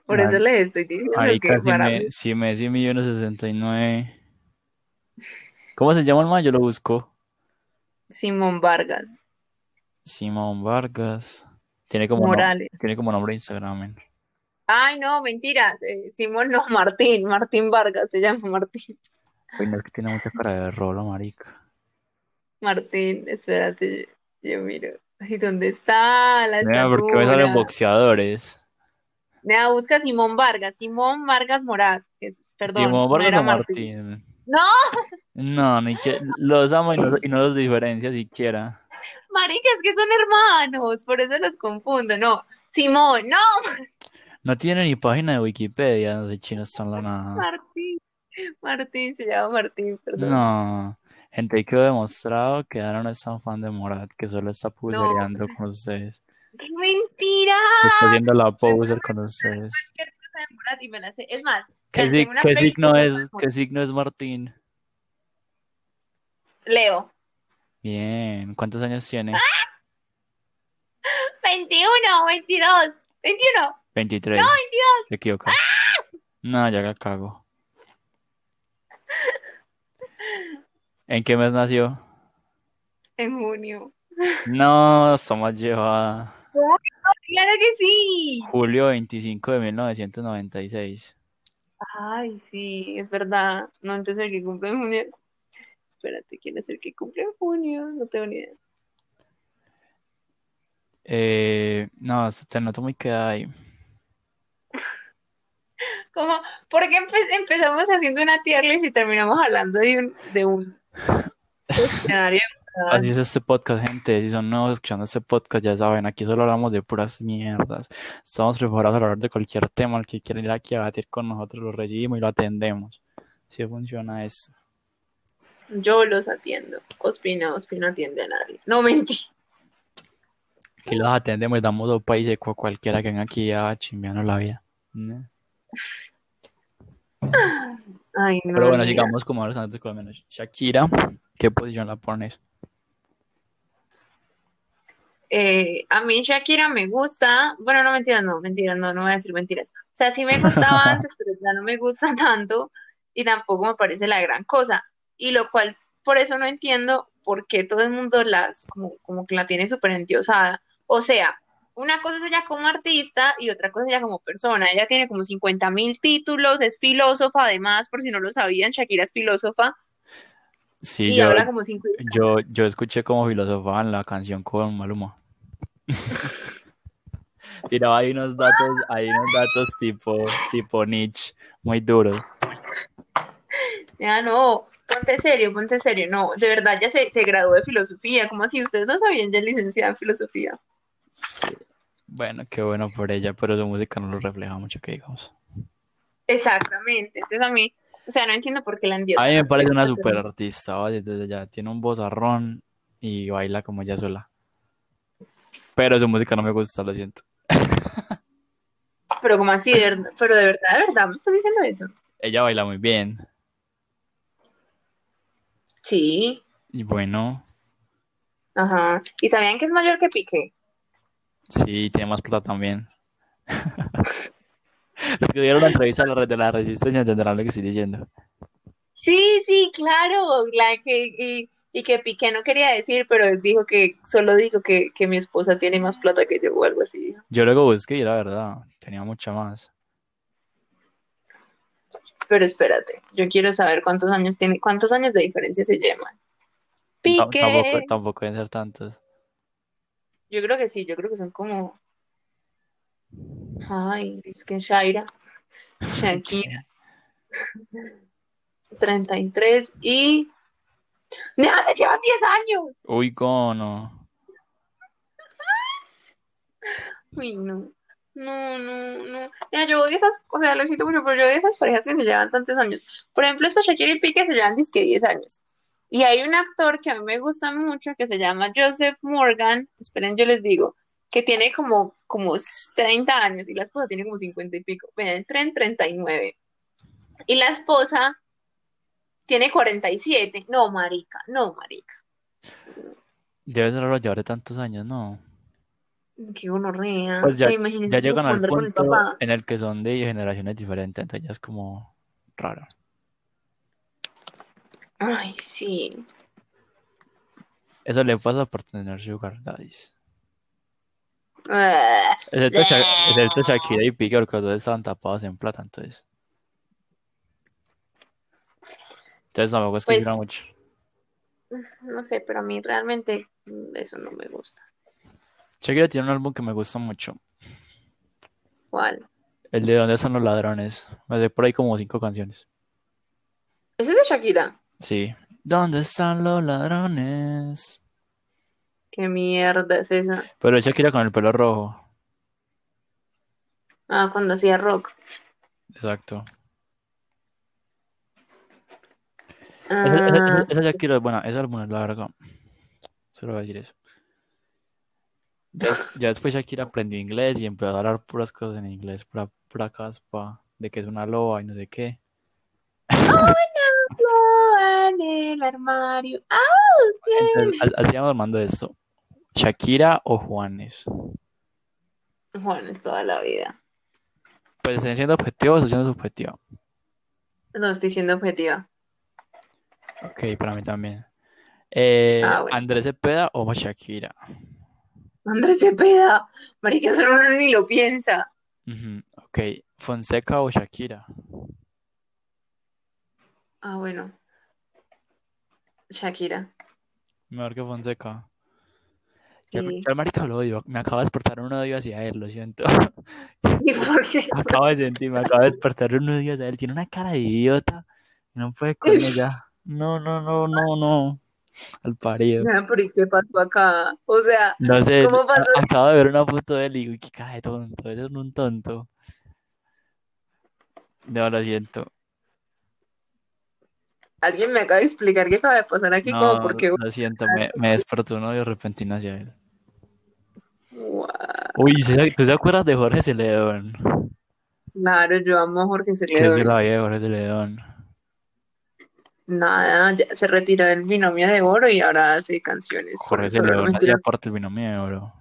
Speaker 3: Por
Speaker 4: Mar-
Speaker 3: eso les estoy diciendo
Speaker 4: Marica,
Speaker 3: que
Speaker 4: si
Speaker 3: para
Speaker 4: me,
Speaker 3: mí.
Speaker 4: si me si mide unos 69. ¿Cómo se llama el man? Yo lo busco.
Speaker 3: Simón Vargas,
Speaker 4: Simón Vargas. Tiene como, nom-
Speaker 3: Morales.
Speaker 4: tiene como nombre de Instagram. men.
Speaker 3: Ay, no, mentiras. eh, Simón no, Martín, Martín Vargas, se llama Martín.
Speaker 4: Uy, no, es que tiene mucha cara de rolo, marica.
Speaker 3: Martín, espérate, yo, yo miro. Ay, ¿dónde está la
Speaker 4: Mira, ¿por qué me salen
Speaker 3: estatura?
Speaker 4: boxeadores?
Speaker 3: Nea, busca Simón Vargas, Simón Vargas Morat, que es- perdón,
Speaker 4: Simón
Speaker 3: no
Speaker 4: Vargas
Speaker 3: era
Speaker 4: o
Speaker 3: Martín.
Speaker 4: Martín.
Speaker 3: No,
Speaker 4: No, ni que los amo y no, y no los diferencia siquiera.
Speaker 3: marica, es que son hermanos, por eso los confundo. No, Simón, no,
Speaker 4: No tiene ni página de Wikipedia de chinos son la
Speaker 3: Ah,
Speaker 4: nada.
Speaker 3: Martín. Martín, se llama Martín, perdón.
Speaker 4: No, gente que he demostrado que ahora no es tan fan de Morat, que solo está pulsereando con ustedes.
Speaker 3: ¡Qué mentira!
Speaker 4: que Está haciendo la poser
Speaker 3: no
Speaker 4: con ustedes.
Speaker 3: Cualquier cosa de Morat y me la sé. Es más,
Speaker 4: ¿Qué,
Speaker 3: tengo
Speaker 4: sig-
Speaker 3: una
Speaker 4: qué
Speaker 3: playlist
Speaker 4: signo
Speaker 3: con
Speaker 4: es,
Speaker 3: Morat.
Speaker 4: qué signo es Martín?
Speaker 3: Leo,
Speaker 4: Bien, ¿cuántos años tiene?
Speaker 3: Ah, 21, 22, 21.
Speaker 4: 23.
Speaker 3: Ah.
Speaker 4: Se equivoca. No, ya la cago. ¿En qué mes nació?
Speaker 3: En junio.
Speaker 4: No, somos llevada.
Speaker 3: Claro que sí.
Speaker 4: Julio 25 de 1996.
Speaker 3: Ay, sí, es verdad. No, entonces el que cumple en junio. Espérate, ¿quién es el que cumple en junio? No tengo ni idea.
Speaker 4: Eh, no, se te noto muy quedada ahí.
Speaker 3: Como, ¿por qué empe- empezamos haciendo una tier list y terminamos hablando de un, de un escenario?
Speaker 4: Así es este podcast, gente. Si son nuevos escuchando este podcast, ya saben, aquí solo hablamos de puras mierdas. Estamos preparados a hablar de cualquier tema al que quieran ir aquí a batir con nosotros, lo recibimos y lo atendemos. Si funciona eso.
Speaker 3: Yo los atiendo. Ospina, Ospina atiende a nadie. No mentí.
Speaker 4: Aquí los atendemos y damos dos países a cualquiera que venga aquí a chimbiarnos la vida. ¿no?
Speaker 3: Ay, no.
Speaker 4: Pero bueno,
Speaker 3: mira.
Speaker 4: sigamos como a los cantantes colombianos. Shakira, ¿qué posición la pones?
Speaker 3: Eh, a mí Shakira me gusta. Bueno, no mentiras, no, mentiras, no, no voy a decir mentiras. O sea, sí me gustaba antes, pero ya no me gusta tanto y tampoco me parece la gran cosa. Y lo cual, por eso no entiendo por qué todo el mundo las, como, como que la tiene súper endiosada. O sea, una cosa es ella como artista y otra cosa es ella como persona. Ella tiene como 50 mil títulos, es filósofa además, por si no lo sabían, Shakira es filósofa
Speaker 4: Sí,
Speaker 3: y
Speaker 4: yo,
Speaker 3: habla como cinco
Speaker 4: yo, yo escuché como filosofaban la canción con Maluma. Tiraba ahí unos datos, ahí unos datos tipo, tipo Nietzsche, muy duros.
Speaker 3: Ya Ah, no, ponte serio, ponte serio. No, de verdad ya se, se graduó de filosofía. como así? Ustedes no sabían ya es licenciada en filosofía.
Speaker 4: Bueno, qué bueno por ella, pero su música no lo refleja mucho, que digamos.
Speaker 3: Exactamente. Entonces a mí, o sea, no entiendo por qué la
Speaker 4: A
Speaker 3: endiosan.
Speaker 4: mí me parece una
Speaker 3: Exactamente.
Speaker 4: super artista, oye, desde ya tiene un vozarrón y baila como ella sola. Pero su música no me gusta, lo siento.
Speaker 3: Pero como así, de verdad, pero de verdad, de verdad, ¿me estás diciendo eso?
Speaker 4: Ella baila muy bien.
Speaker 3: Sí,
Speaker 4: Y bueno,
Speaker 3: ajá. ¿Y sabían que es mayor que Piqué?
Speaker 4: sí, tiene más plata también. Los que dieron la entrevista a la red de la resistencia entenderán lo que estoy diciendo.
Speaker 3: Sí, sí, claro. La que, y, y que Piqué no quería decir, pero dijo que solo dijo que, que mi esposa tiene más plata que yo o algo así.
Speaker 4: Yo luego busqué y era verdad, tenía mucha más.
Speaker 3: Pero espérate, yo quiero saber cuántos años tiene, cuántos años de diferencia se llaman.
Speaker 4: Tam-
Speaker 3: Piqué.
Speaker 4: Tampoco, tampoco deben ser tantos.
Speaker 3: Yo creo que sí, yo creo que son como. Ay, dice que Shaira. Shakira. 33 y. ¡Nada! ¡Se llevan 10 años!
Speaker 4: Uy, cono.
Speaker 3: Uy, no. No, no, no. Mira, yo odio esas. O sea, lo siento mucho, pero yo odio esas parejas que se llevan tantos años. Por ejemplo, esta Shakira y Piqué se llevan disque 10 años. Y hay un actor que a mí me gusta mucho que se llama Joseph Morgan. Esperen, yo les digo. Que tiene como, como 30 años y la esposa tiene como 50 y pico. Ven, el tren 39. Y la esposa tiene 47. No, marica, no, marica.
Speaker 4: Debe ser raro llevar tantos años, ¿no?
Speaker 3: Qué gonorrea.
Speaker 4: Pues ya-
Speaker 3: Ay, imagínense
Speaker 4: Ya
Speaker 3: cómo
Speaker 4: llegan al
Speaker 3: andar con el
Speaker 4: punto
Speaker 3: papá.
Speaker 4: en el que son de generaciones diferentes, entonces ya es como raro.
Speaker 3: Ay, sí.
Speaker 4: Eso le pasa por tener sugar daddies.
Speaker 3: Ah.
Speaker 4: Excepto, Sha- excepto Shakira y Piqué, porque los dos estaban tapados en plata, entonces. Entonces tampoco es que
Speaker 3: Pues-
Speaker 4: hicieron mucho.
Speaker 3: No sé, pero a mí realmente mm, eso no me gusta.
Speaker 4: Shakira tiene un álbum que me gusta mucho,
Speaker 3: ¿Cuál?
Speaker 4: el de ¿Dónde están los ladrones? Me sé por ahí como cinco canciones.
Speaker 3: ¿Ese es de Shakira?
Speaker 4: Sí. ¿Dónde están los ladrones?
Speaker 3: ¿Qué mierda es esa?
Speaker 4: Pero es Shakira con el pelo rojo.
Speaker 3: Ah, cuando hacía rock.
Speaker 4: Exacto. Esa, esa- esa-
Speaker 3: Ah,
Speaker 4: esa Shakira es buena, ese álbum es la verga. Solo voy a decir eso. Ya, ya después Shakira aprendió inglés y empezó a hablar puras cosas en inglés, pura, pura caspa, de que es una loba y no sé qué.
Speaker 3: flor en el armario. ¡Ah!
Speaker 4: Entonces, a- así vamos armando esto. Shakira o Juanes.
Speaker 3: Juan es toda la vida.
Speaker 4: Pues estén siendo objetivos o siendo subjetivos.
Speaker 3: No estoy siendo objetiva.
Speaker 4: Ok, para mí también. Eh,
Speaker 3: Ah, bueno.
Speaker 4: Andrés Cepeda o Shakira.
Speaker 3: Andrés Cepeda, marica, eso uno ni lo piensa.
Speaker 4: Ujú, Ok, Fonseca o Shakira.
Speaker 3: Ah, bueno. Shakira.
Speaker 4: Mejor que Fonseca. Yo,
Speaker 3: Sí.
Speaker 4: yo al marica lo odio. Me acaba de despertar un odio hacia él, lo siento.
Speaker 3: ¿Y por qué?
Speaker 4: Me acabo de sentir, me acaba de despertar un odio hacia él. Tiene una cara de idiota. No puede con ella. No, no, no, no, no. Al parido.
Speaker 3: Ah, pero ¿y qué pasó acá? O sea,
Speaker 4: No sé,
Speaker 3: ¿Cómo pasó?
Speaker 4: a- acabo de ver una foto de él y digo, qué cara de tonto, eres un tonto. No, lo siento.
Speaker 3: alguien me acaba de explicar qué acaba de pasar aquí, como
Speaker 4: No,
Speaker 3: porque...
Speaker 4: lo siento, me, me despertó un odio repentino hacia él.
Speaker 3: Guau,
Speaker 4: Uy, ¿se- ¿tú te acuerdas de Jorge Celedón?
Speaker 3: Claro, yo amo a Jorge
Speaker 4: ¿Qué es de
Speaker 3: Celedón.
Speaker 4: la vida de Jorge Celedón?
Speaker 3: Nada, ya se retiró del binomio de oro y ahora hace canciones. por
Speaker 4: Jorge
Speaker 3: eso, no,
Speaker 4: Celedón
Speaker 3: mentira.
Speaker 4: hacía parte del binomio de oro.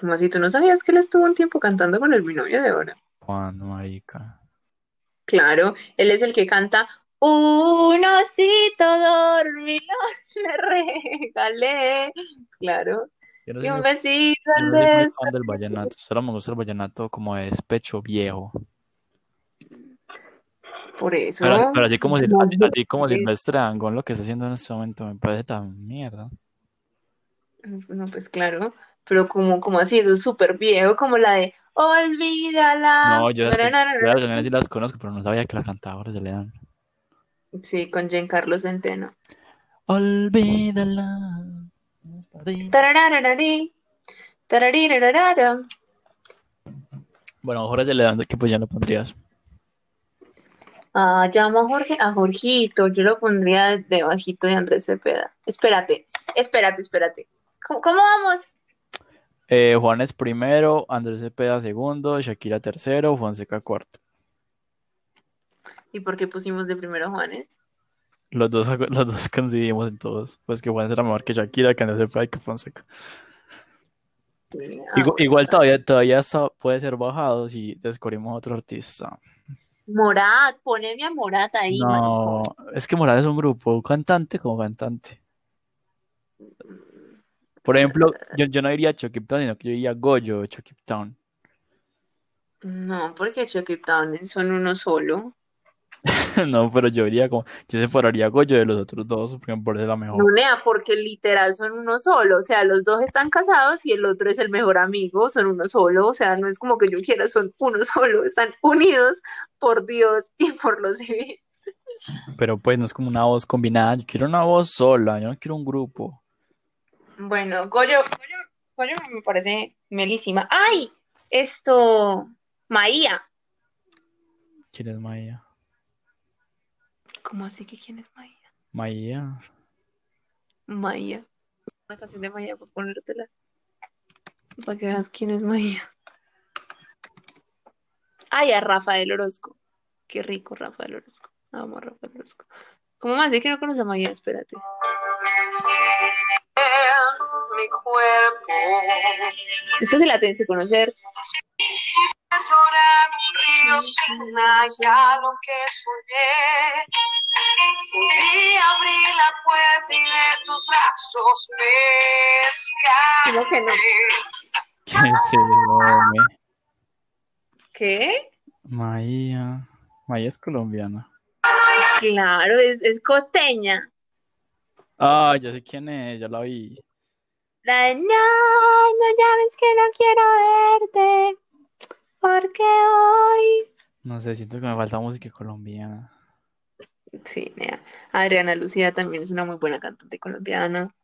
Speaker 3: Como si tú no sabías que él estuvo un tiempo cantando con el binomio de oro.
Speaker 4: Juan, marica.
Speaker 3: Claro, él es el que canta Un osito dormilón le regalé. Claro,
Speaker 4: Yo no
Speaker 3: y
Speaker 4: soy
Speaker 3: un
Speaker 4: muy,
Speaker 3: besito
Speaker 4: yo "Ah,
Speaker 3: al
Speaker 4: no soy muy
Speaker 3: beso.
Speaker 4: fan del vallenato, solo me gusta el vallenato como de despecho viejo.
Speaker 3: Por eso.
Speaker 4: Pero, pero así como, si,
Speaker 3: No,
Speaker 4: así,
Speaker 3: yo-
Speaker 4: así como Silvestre Dangond lo que está haciendo en este momento me parece tan mierda.
Speaker 3: No, pues claro, pero como, como así, es súper viejo, como la de Olvídala.
Speaker 4: No, yo las,
Speaker 3: Na, na, na, na,
Speaker 4: yo las canciones sí las conozco, pero no sabía que la cantaba Jorge Celedón.
Speaker 3: na. Sí, con Giancarlo Centeno.
Speaker 4: Olvídala. Olvídala.
Speaker 3: Tarararararí, tararirararara.
Speaker 4: Bueno, Jorge Celedón, ¿de qué pues ya lo pondrías?
Speaker 3: Ah, llamo a Jorge, a Jorgito, yo lo pondría debajito de Andrés Cepeda. Espérate, espérate, espérate. ¿Cómo, cómo vamos?
Speaker 4: Eh, Juan es primero, Andrés Cepeda segundo, Shakira tercero, Fonseca cuarto.
Speaker 3: ¿Y por qué pusimos de primero a Juanes?
Speaker 4: Los dos, los dos coincidimos en todos. Pues que Juan era mejor que Shakira, que Andrés Cepeda y que Fonseca.
Speaker 3: Sí, ah,
Speaker 4: Igual,
Speaker 3: bueno.
Speaker 4: igual todavía, todavía está- puede ser bajado si descubrimos otro artista.
Speaker 3: Morat, poneme a Morat ahí,
Speaker 4: No,
Speaker 3: maricón.
Speaker 4: es que Morales es un grupo, cantante como cantante. Por ejemplo, yo, yo no diría Chociptown, sino que yo diría Goyo Chociptown.
Speaker 3: No, porque Chucky Town son uno solo.
Speaker 4: No, pero yo diría como, yo separaría a Goyo de los otros dos, porque me parece la mejor.
Speaker 3: Lunea, porque literal son uno solo, o sea, los dos están casados y el otro es el mejor amigo, son uno solo, o sea, no es como que yo quiera, son uno solo, están unidos por Dios y por los civil.
Speaker 4: Pero pues no es como una voz combinada, yo quiero una voz sola, yo no quiero un grupo.
Speaker 3: Bueno, Goyo, Goyo, Goyo me parece melísima. ¡Ay! Esto, Maía.
Speaker 4: ¿Quién es Maía?
Speaker 3: ¿Cómo así que quién es Maía?
Speaker 4: Maía.
Speaker 3: Maía. Una canción de Maía, por ponértela. Para que veas quién es Maía. Ay, a Rafael Orozco. Qué rico Rafael Orozco. Amo a Rafael Orozco. ¿Cómo más? ¿De que no conoces a Maía? Espérate.
Speaker 2: Mi cuerpo
Speaker 3: Esta se la tienes que conocer.
Speaker 2: ha llorado un río sin hallar lo que soñé. Un día abrí la puerta y de tus brazos me escapé.
Speaker 3: ¿Cómo que no?
Speaker 4: ¿Qué es ese hombre?
Speaker 3: ¿Qué?
Speaker 4: Maía. Maía es colombiana.
Speaker 3: Claro, es, es costeña.
Speaker 4: Ah, ya sé quién es, ya la vi.
Speaker 3: La de, no, no, ya ves que no quiero verte. Porque hoy.
Speaker 4: No sé, siento que me falta música colombiana.
Speaker 3: Sí, nea. Adriana Lucía también es una muy buena cantante colombiana.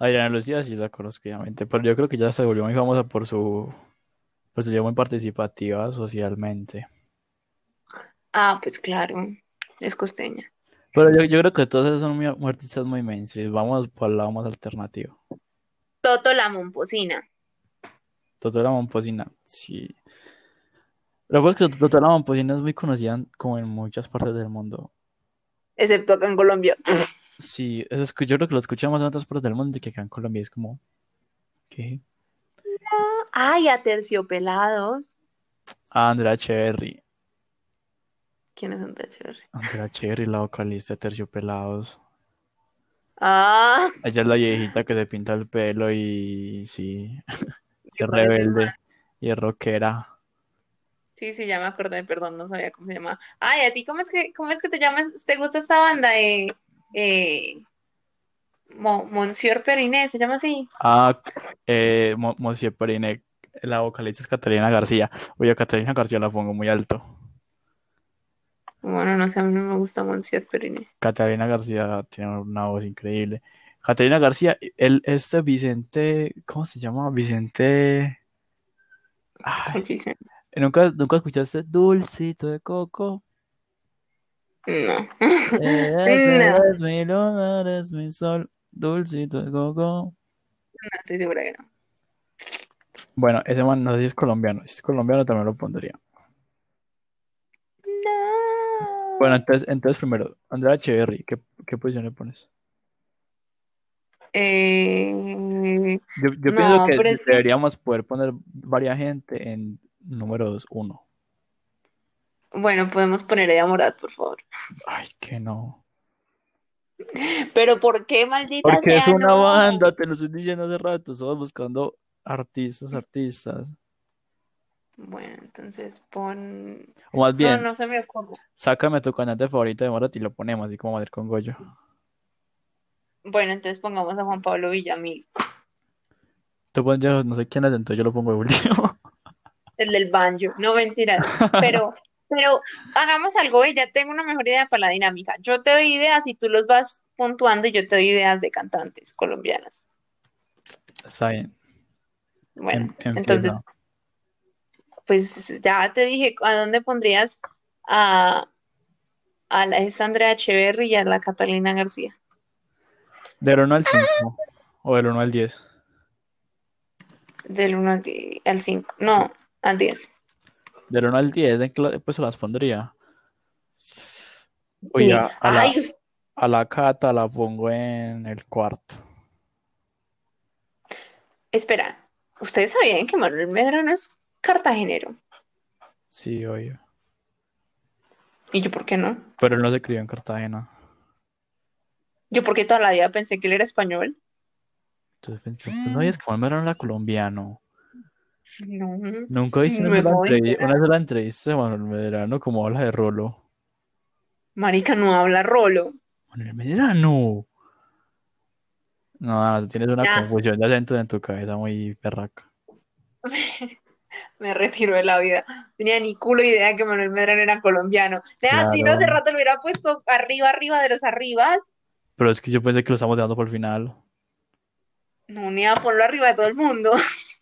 Speaker 4: Adriana Lucía sí la conozco, obviamente, pero yo creo que ya se volvió muy famosa por su, por ser muy participativa socialmente.
Speaker 3: Ah, pues claro, es costeña.
Speaker 4: Pero yo, yo creo que todos esos son muy, muy artistas muy mainstream. Vamos por el lado más alternativo.
Speaker 3: Toto la Momposina.
Speaker 4: Totó la Momposina, sí. Lo que pasa es que Totó la Momposina es muy conocida como en muchas partes del mundo.
Speaker 3: Excepto acá en Colombia.
Speaker 4: Sí, eso es, que yo creo que lo escuchamos en otras partes del mundo que acá en Colombia es como... ¿Qué?
Speaker 3: Ay, Aterciopelados.
Speaker 4: Ah, Andrea Cherry.
Speaker 3: ¿Quién es Andrea Echeverry?
Speaker 4: Andrea Cherry, la vocalista de Terciopelados.
Speaker 3: Ah,
Speaker 4: Ella es la viejita que se pinta el pelo y sí, y
Speaker 3: que
Speaker 4: es
Speaker 3: parece
Speaker 4: rebelde y es rockera.
Speaker 3: Sí, sí, ya me acordé, perdón, no sabía cómo se llamaba. Ay, ¿a ti cómo es que, cómo es que te llamas? ¿Te gusta esta banda? Eh, eh, Mo- Monsieur Periné, ¿se llama así?
Speaker 4: Ah, eh, Mo- Monsieur Periné, la vocalista es Catalina García. Oye, a Catalina García la pongo muy alto.
Speaker 3: Bueno, no sé, a mí no me gusta Monsieur Periné.
Speaker 4: Catalina García tiene una voz increíble. Catalina García, el, este Vicente, ¿cómo se llama? Vicente. Ay,
Speaker 3: Dicen,
Speaker 4: ¿nunca, nunca escuchaste Dulcito de Coco?
Speaker 3: No.
Speaker 4: Eres mi luna, eres mi sol, Dulcito de Coco.
Speaker 3: No estoy segura que no.
Speaker 4: Bueno, ese man no sé si es colombiano. Si es colombiano también lo pondría.
Speaker 3: No.
Speaker 4: Bueno, entonces, entonces primero, Andrea Echeverry, ¿qué, qué posición le pones?
Speaker 3: Eh,
Speaker 4: Yo, yo pienso
Speaker 3: No,
Speaker 4: que
Speaker 3: pero es que-
Speaker 4: deberíamos poder poner varias gente en números uno.
Speaker 3: bueno, podemos poner a Morat, por favor.
Speaker 4: Ay, que no.
Speaker 3: Pero ¿por qué, maldita
Speaker 4: Porque es
Speaker 3: sea?
Speaker 4: una
Speaker 3: No.
Speaker 4: banda, te lo estoy diciendo hace rato. Estamos buscando artistas, artistas.
Speaker 3: Bueno, entonces pon...
Speaker 4: O más
Speaker 3: No,
Speaker 4: bien,
Speaker 3: no se me ocurre.
Speaker 4: sácame tu cantante favorito de Morat y lo ponemos, así como va a ir con Goyo.
Speaker 3: Bueno, entonces pongamos a Juan Pablo Villamil,
Speaker 4: Tú pones, yo no sé quién es, entonces yo lo pongo de último.
Speaker 3: el del banjo, no mentiras, pero, pero hagamos algo, eh, ya tengo una mejor idea para la dinámica. Yo te doy ideas y tú los vas puntuando y yo te doy ideas de cantantes colombianas.
Speaker 4: Está bien.
Speaker 3: Bueno,
Speaker 4: em- empieza.
Speaker 3: entonces, pues ya te dije a dónde pondrías a, a la es Andrea Echeverry y a la Catalina García.
Speaker 4: Del 1 al
Speaker 3: Ah.
Speaker 4: 5. O del 1 al 10.
Speaker 3: Del 1 al, die- al 5, no, al 10.
Speaker 4: Del 1 al 10, ¿en qué la- pues se las pondría. Oye, a, a la,
Speaker 3: Ay,
Speaker 4: a la Cata la pongo en el cuarto.
Speaker 3: espera, ¿ustedes sabían que Manuel Medrano es cartagenero?
Speaker 4: Sí, oye.
Speaker 3: ¿Y yo por qué no?
Speaker 4: Pero él no se crió en Cartagena.
Speaker 3: Yo porque toda la vida pensé que él era español.
Speaker 4: Entonces pensé, pues no, y es que Juan Verón era colombiano.
Speaker 3: No.
Speaker 4: Nunca hice una
Speaker 3: Me
Speaker 4: sola,
Speaker 3: voy,
Speaker 4: entrevi- una sola entrevista de Manuel Medrano como habla de Rolo.
Speaker 3: Marica no habla rolo.
Speaker 4: Manuel Medrano. No, no, tú tienes una
Speaker 3: Nah.
Speaker 4: confusión de acentos en tu cabeza muy perraca.
Speaker 3: Me retiro de la vida. No tenía ni culo idea que Manuel Medrano era colombiano. Nada, si no
Speaker 4: Claro.
Speaker 3: hace rato lo hubiera puesto arriba, arriba de los arribas.
Speaker 4: Pero es que yo pensé que lo estamos dejando por el final.
Speaker 3: No, ni a ponlo arriba de todo el mundo.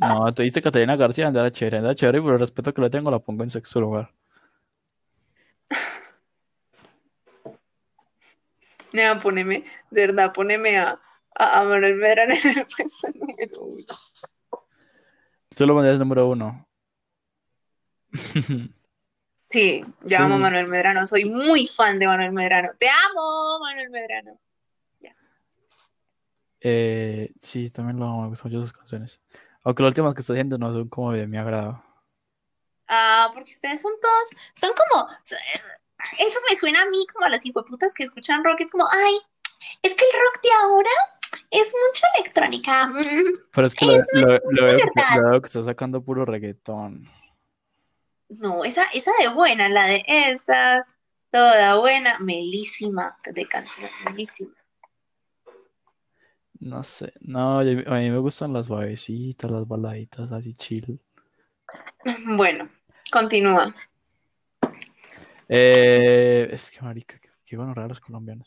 Speaker 3: Ah.
Speaker 4: No, te dice Catalina García, andar chévere, andar chévere, por el respeto que le tengo la pongo en sexto lugar.
Speaker 3: Nada, poneme, de verdad, poneme a, a, a Manuel Medrano en el puesto número uno.
Speaker 4: Tú lo pondrías número uno.
Speaker 3: Sí, yo amo a
Speaker 4: Sí.
Speaker 3: Manuel Medrano. Soy muy fan de Manuel Medrano. Te amo, Manuel Medrano.
Speaker 4: Eh, sí, también lo amo, me gustan mucho sus canciones. Aunque las últimas que estoy haciendo no son como de mi agrado.
Speaker 3: Ah, porque ustedes son todos, son como, eh, eso me suena a mí como a las hipoputas que escuchan rock, es como, ay, es que el rock de ahora es mucha electrónica. Mm.
Speaker 4: Pero es que lo,
Speaker 3: Es
Speaker 4: lo- lo veo, que-
Speaker 3: verdad.
Speaker 4: lo veo que está sacando puro reggaetón.
Speaker 3: No, esa, esa de buena, la de estas, toda buena, melísima de canción, melísima.
Speaker 4: No sé, no, yo- a mí me gustan las suavecitas, las baladitas así chill.
Speaker 3: Bueno, continúa.
Speaker 4: Eh, es que marica, que, que van a los colombianos.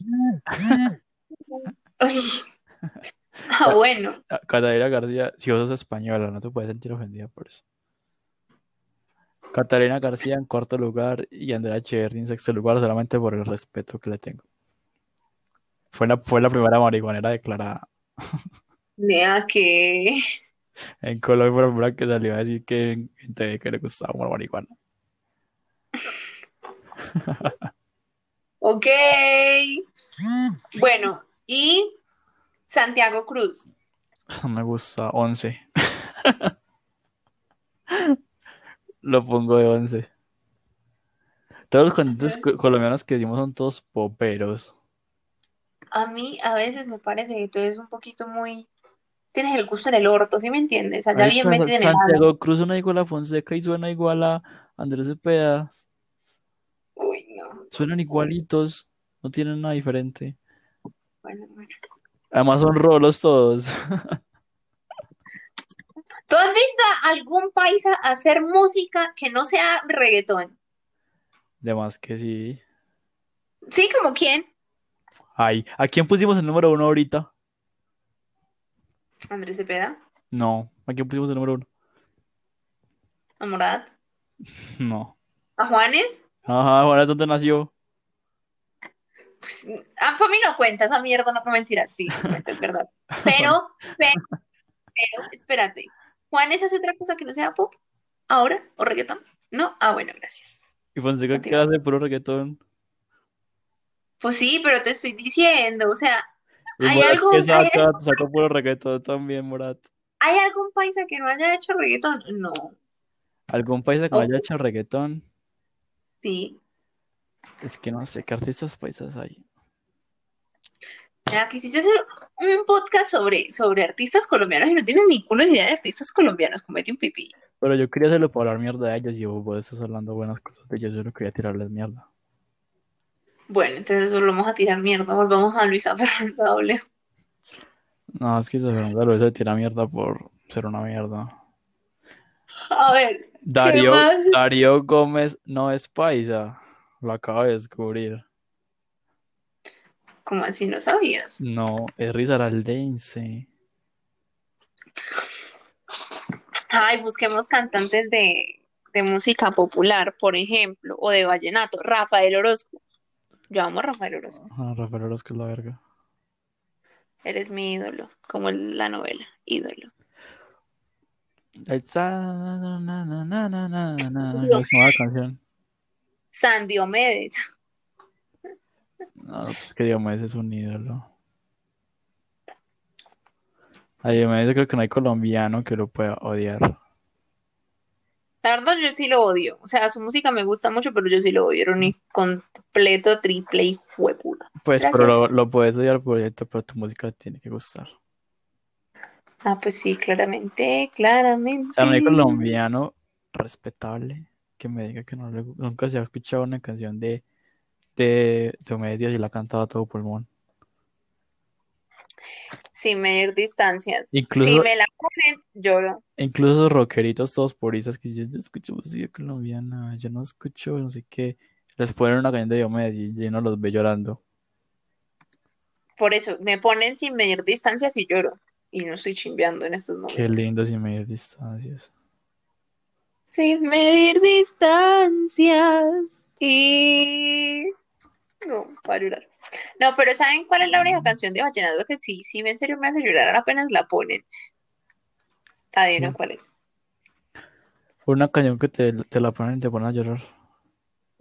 Speaker 3: Ah, bueno,
Speaker 4: Ah, Catalina García, si vos sos española, no te puedes sentir ofendida por eso. Catalina García en cuarto lugar y Andrea Echeverri en sexto lugar solamente por el respeto que le tengo. Fue la, fue la primera marihuanera declarada
Speaker 3: nea que,
Speaker 4: en Colombia, fue la primera que salió a decir que, en TV que le gustaba fumar marihuana.
Speaker 3: ok. Bueno, y Santiago Cruz.
Speaker 4: Me gusta 11. Lo pongo de 11. Todos los cantantes co- colombianos que dimos son todos poperos.
Speaker 3: A mí a veces me parece que tú eres un poquito muy... Tienes el gusto en el orto, ¿sí me entiendes? Allá bien
Speaker 4: Marica, Sa-
Speaker 3: metido en el agua.
Speaker 4: Santiago Cruz suena igual a Fonseca y suena igual a Andrés Cepeda.
Speaker 3: Uy, no.
Speaker 4: Suenan igualitos, no tienen nada diferente.
Speaker 3: Bueno, bueno.
Speaker 4: Además son rolos todos.
Speaker 3: ¿Tú has visto a algún paisa hacer música que no sea reggaetón?
Speaker 4: De más que sí.
Speaker 3: ¿Sí? ¿Como quién?
Speaker 4: Ay, ¿a quién pusimos el número uno ahorita?
Speaker 3: Andrés Cepeda,
Speaker 4: No. ¿A quién pusimos el número uno?
Speaker 3: a Morat,
Speaker 4: No.
Speaker 3: a Juanes.
Speaker 4: Ajá, ahora es donde nació.
Speaker 3: Pues, ah, para mí no cuenta, esa mierda no fue mentira. Sí, sí cuenta, es verdad. Pero, pero, pero, espérate. ¿Juanes hace otra cosa que no sea pop? ¿Ahora? ¿O reggaetón? No. Ah, bueno, gracias.
Speaker 4: Y Fonseca que
Speaker 3: Continúa.
Speaker 4: hace puro reggaetón.
Speaker 3: Pues sí, pero te estoy diciendo, o sea,
Speaker 4: Y
Speaker 3: Hay
Speaker 4: Morat que
Speaker 3: algo- hay
Speaker 4: saca, saca puro reggaetón también, Morat.
Speaker 3: ¿hay algún paisa que no haya hecho reggaetón? No.
Speaker 4: ¿Algún país que no
Speaker 3: Oh.
Speaker 4: haya hecho reggaetón?
Speaker 3: Sí.
Speaker 4: Es que no sé, ¿qué artistas paisas hay?
Speaker 3: Ya, quisiste hacer un podcast sobre, sobre artistas colombianos y no tienes ni culo ni idea de artistas colombianos. Comete un pipí.
Speaker 4: Pero yo quería hacerlo para hablar mierda de ellos y vos estás hablando buenas cosas de ellos. Yo no quería tirarles mierda.
Speaker 3: Bueno, entonces volvamos a tirar mierda. Volvamos a Luisa Fernanda W.
Speaker 4: No, es que se Fernanda lo hizo de tirar mierda por ser una mierda.
Speaker 3: A ver,
Speaker 4: Darío,
Speaker 3: más?
Speaker 4: Darío Gómez no es paisa. Lo acabo de descubrir.
Speaker 3: ¿cómo así no sabías?
Speaker 4: No, es rizaraldense.
Speaker 3: Ay, busquemos cantantes de, de música popular, por ejemplo, o de vallenato. Rafael Orozco. Yo amo a Rafael Orozco.
Speaker 4: Ah, Rafael Orozco es la verga.
Speaker 3: Eres mi ídolo, como en la novela, ídolo.
Speaker 4: Esa- na, na, na, na, na, na, na, ¿cómo se llama la canción?
Speaker 3: San Diomedes.
Speaker 4: No, pues que Diomedes es un ídolo. A Diomedes yo creo que no hay colombiano que lo pueda odiar.
Speaker 3: La verdad, yo sí lo odio. O sea, su música me gusta mucho, pero yo sí lo odio. Era un completo triple y huepuda.
Speaker 4: Pues, pero
Speaker 3: Gracias.
Speaker 4: lo, lo puedes odiar por proyecto, pero tu música le tiene que gustar. O
Speaker 3: Ah, pues sí, claramente, claramente.
Speaker 4: sea, no hay colombiano respetable que me diga que no le, gu- nunca se ha escuchado una canción de, de Diomedes Díaz y la ha cantado a todo pulmón.
Speaker 3: Sin medir distancias.
Speaker 4: Incluso-
Speaker 3: Si me la ponen, lloro.
Speaker 4: E Incluso esos rockeritos todos puristas que dicen, yo escucho música colombiana, yo no escucho, no sé qué. Les ponen una canción de Diomedes y, y uno los ve llorando.
Speaker 3: Por eso, me ponen sin medir distancias y lloro. Y no estoy chimbeando en estos momentos.
Speaker 4: Qué lindo sin medir distancias.
Speaker 3: Sin medir distancias y... No, para llorar. No, pero ¿saben cuál es la
Speaker 4: Mm.
Speaker 3: única canción de Vallenato que sí, sí, en serio me hace llorar apenas la ponen? Adivinen
Speaker 4: Sí.
Speaker 3: cuál es.
Speaker 4: Una canción que te, te la ponen y te ponen a llorar.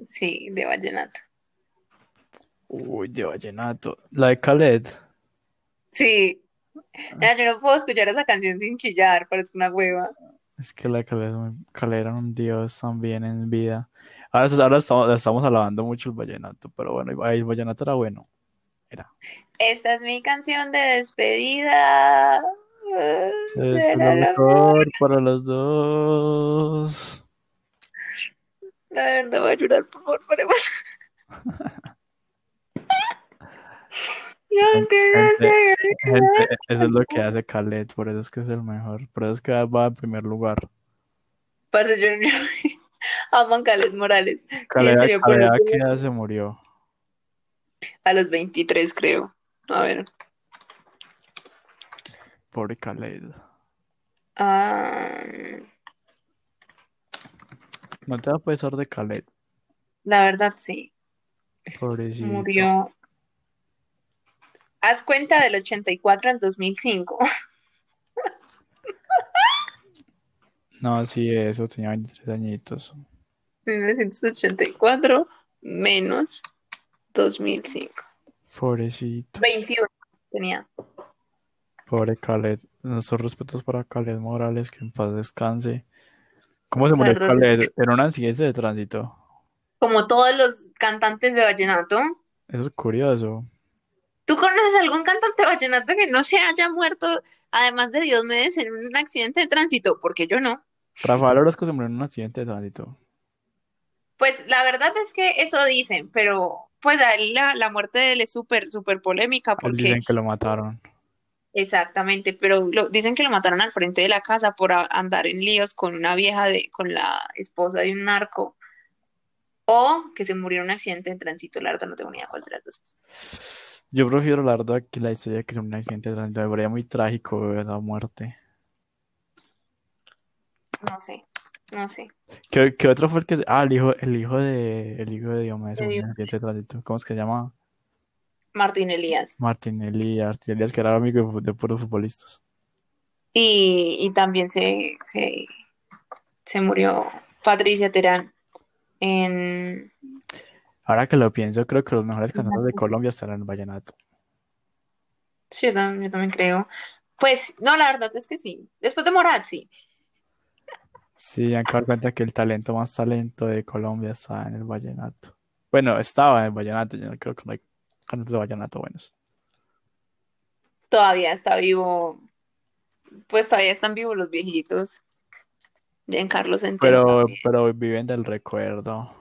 Speaker 3: Sí, de Vallenato.
Speaker 4: Uy, de vallenato. La de Khaled.
Speaker 3: Sí.
Speaker 4: Ah.
Speaker 3: Mira, yo no puedo escuchar esa canción sin chillar, parece una hueva.
Speaker 4: Es que la de Khaled, es muy- Khaled era un dios también en vida. Ahora, ahora estamos, estamos alabando mucho el vallenato, pero bueno, ahí el vallenato era bueno.
Speaker 3: Esta es mi canción de despedida.
Speaker 4: Es
Speaker 3: Será
Speaker 4: lo
Speaker 3: la-
Speaker 4: mejor para los dos.
Speaker 3: La verdad, voy a llorar, por favor, paremos. Yo que no sé.
Speaker 4: Gente, eso es lo que hace Khaled, por eso es que es el mejor, por eso es que va en primer lugar.
Speaker 3: Parce, yo, yo aman Cales Morales.
Speaker 4: Khaled,
Speaker 3: en serio, por
Speaker 4: Khaled
Speaker 3: eso-
Speaker 4: ¿a qué edad se murió.
Speaker 3: A los 23, creo. A ver.
Speaker 4: Pobre Khaled.
Speaker 3: Ah,
Speaker 4: No te va a pesar de Khaled,
Speaker 3: la verdad, sí.
Speaker 4: pobrecito.
Speaker 3: Murió. Haz cuenta del 84 al 2005.
Speaker 4: No, sí, eso, tenía 23 añitos.
Speaker 3: 1984 menos 2005.
Speaker 4: Pobrecito,
Speaker 3: 21 tenía.
Speaker 4: pobre Khaled. Nuestros respetos para Khaled Morales, que en paz descanse. ¿Cómo se murió
Speaker 3: Perdón, es
Speaker 4: Khaled? Era una accidente de tránsito.
Speaker 3: como todos los cantantes de vallenato.
Speaker 4: Eso es curioso.
Speaker 3: ¿Tú conoces algún cantante vallenato que no se haya muerto, además de Diomedes, en un accidente de tránsito? Porque yo no.
Speaker 4: Rafael Orozco se murió en un accidente de tránsito.
Speaker 3: Pues la verdad es que eso dicen, pero pues a él la, la muerte de él es súper, súper polémica
Speaker 4: Él
Speaker 3: porque
Speaker 4: Dicen que lo mataron.
Speaker 3: exactamente, pero lo- dicen que lo mataron al frente de la casa por a- andar en líos con una vieja de, con la esposa de un narco, o que se murió en un accidente de tránsito, la verdad no tengo ni idea cuál de las dos es.
Speaker 4: Yo prefiero la verdad que la historia que es un accidente de tránsito. Me parecía muy trágico esa muerte.
Speaker 3: No sé, no sé.
Speaker 4: ¿Qué, qué otro fue el que se- Ah, el hijo, el hijo de, el hijo de Diomedes se
Speaker 3: De
Speaker 4: murió en un accidente de tránsito. ¿Cómo es que se llama?
Speaker 3: Martín Elías.
Speaker 4: Martín Elías, Martín Elías, que era amigo de fu- de puros futbolistas.
Speaker 3: Y, y también se, se, se murió Patricia Terán en...
Speaker 4: Ahora que lo pienso, creo que los mejores cantantes de Colombia estarán en vallenato.
Speaker 3: Sí, yo también, yo también creo. Pues, no, la verdad es que sí. Después de Morat, sí.
Speaker 4: Sí, han dado cuenta que el talento más talento de Colombia está en el vallenato. Bueno, estaba en el vallenato, yo no creo que no hay cantantes de vallenato buenos.
Speaker 3: Todavía está vivo. Pues todavía están vivos los viejitos. Giancarlo Centeno
Speaker 4: Pero,
Speaker 3: también.
Speaker 4: pero viven del recuerdo.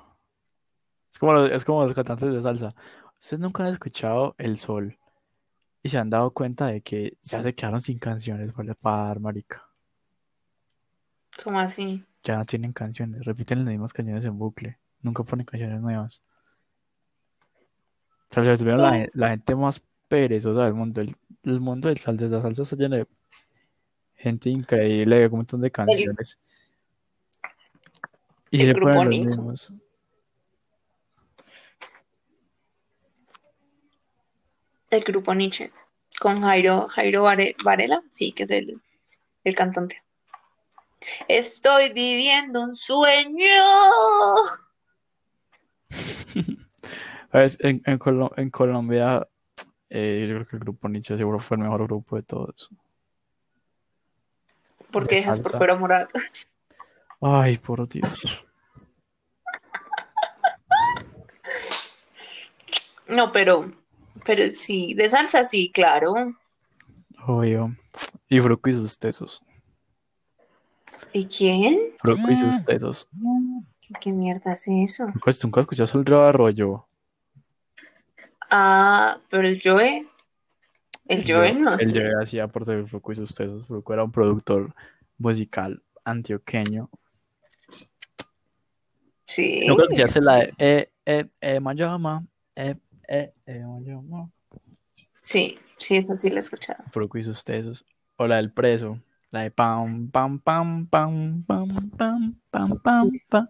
Speaker 4: Es como los, es como los cantantes de salsa. Ustedes nunca han escuchado El Sol y se han dado cuenta de que ya se quedaron sin canciones para, para dar marica.
Speaker 3: ¿Cómo así?
Speaker 4: Ya no tienen canciones, repiten las mismas canciones en bucle. Nunca ponen canciones nuevas. O sea, se volvieron la, gen- la gente más perezosa del mundo. El, el mundo del salsa, la salsa está llena de gente increíble, con un montón de canciones. Y
Speaker 3: el
Speaker 4: le
Speaker 3: grupo
Speaker 4: ponen los
Speaker 3: Nicho.
Speaker 4: mismos.
Speaker 3: El grupo Nietzsche. Con Jairo, Jairo Vare- Varela, sí, que es el, el cantante. Estoy viviendo un sueño.
Speaker 4: ¿Sabes? En, en, Colo- en Colombia, eh, yo creo que el grupo Nietzsche seguro fue el mejor grupo de todos.
Speaker 3: Porque
Speaker 4: De
Speaker 3: dejas por
Speaker 4: salsa.
Speaker 3: fuera morado.
Speaker 4: Ay, por Dios.
Speaker 3: No, pero, pero sí, de salsa sí, claro.
Speaker 4: Obvio. Y Fruco y sus tesos.
Speaker 3: ¿Y quién?
Speaker 4: Fruco y
Speaker 3: Mm.
Speaker 4: sus tesos.
Speaker 3: ¿Qué mierda es eso?
Speaker 4: Nunca, nunca escuchas el Río Arroyo.
Speaker 3: Ah, pero el Joe, el Joe no
Speaker 4: El
Speaker 3: sé.
Speaker 4: Joe hacía por ser Fruco y sus tesos. Fruco era un productor musical antioqueño.
Speaker 3: Sí.
Speaker 4: Nunca escuchaste la de eh, eh, eh, Mayama. Eh, eh, eh, Mayama.
Speaker 3: Sí, sí, esa sí la he escuchado.
Speaker 4: Fruco y sus tesos. O la del preso. La de pam, pam, pam, pam, pam, pam, pam, pam, pam.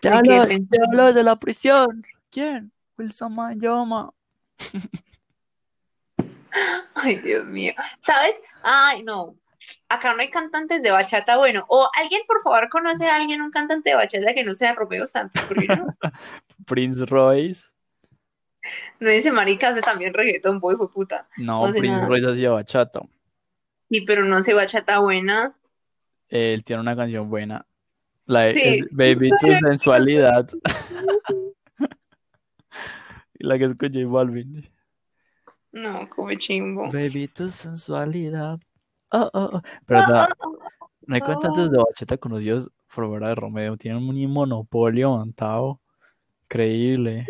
Speaker 4: Ya
Speaker 3: Me quedé
Speaker 4: habló,
Speaker 3: pensando.
Speaker 4: ya habló de la prisión. ¿Quién? Wilson Mayoma.
Speaker 3: Ay, Dios mío. ¿Sabes? Ay, no. Acá no hay cantantes de bachata, bueno. O alguien, por favor, conoce a alguien, un cantante de bachata que no sea Romeo Santos, porque yo no,
Speaker 4: Prince Royce.
Speaker 3: no dice marica, hace también reggaetón, boy, hijo de puta.
Speaker 4: No,
Speaker 3: No hace
Speaker 4: Prince
Speaker 3: nada.
Speaker 4: Royce hacía bachata.
Speaker 3: Sí, pero no hace bachata buena.
Speaker 4: Él tiene una canción buena. La de
Speaker 3: Sí.
Speaker 4: es Baby tu sensualidad. Y la que es con J Balvin.
Speaker 3: No, come chimbo.
Speaker 4: Baby tu sensualidad. Oh, oh, oh. Pero da- no hay cantantes de bachata conocidos por fuera de Romeo. Tienen un monopolio montado. Increíble.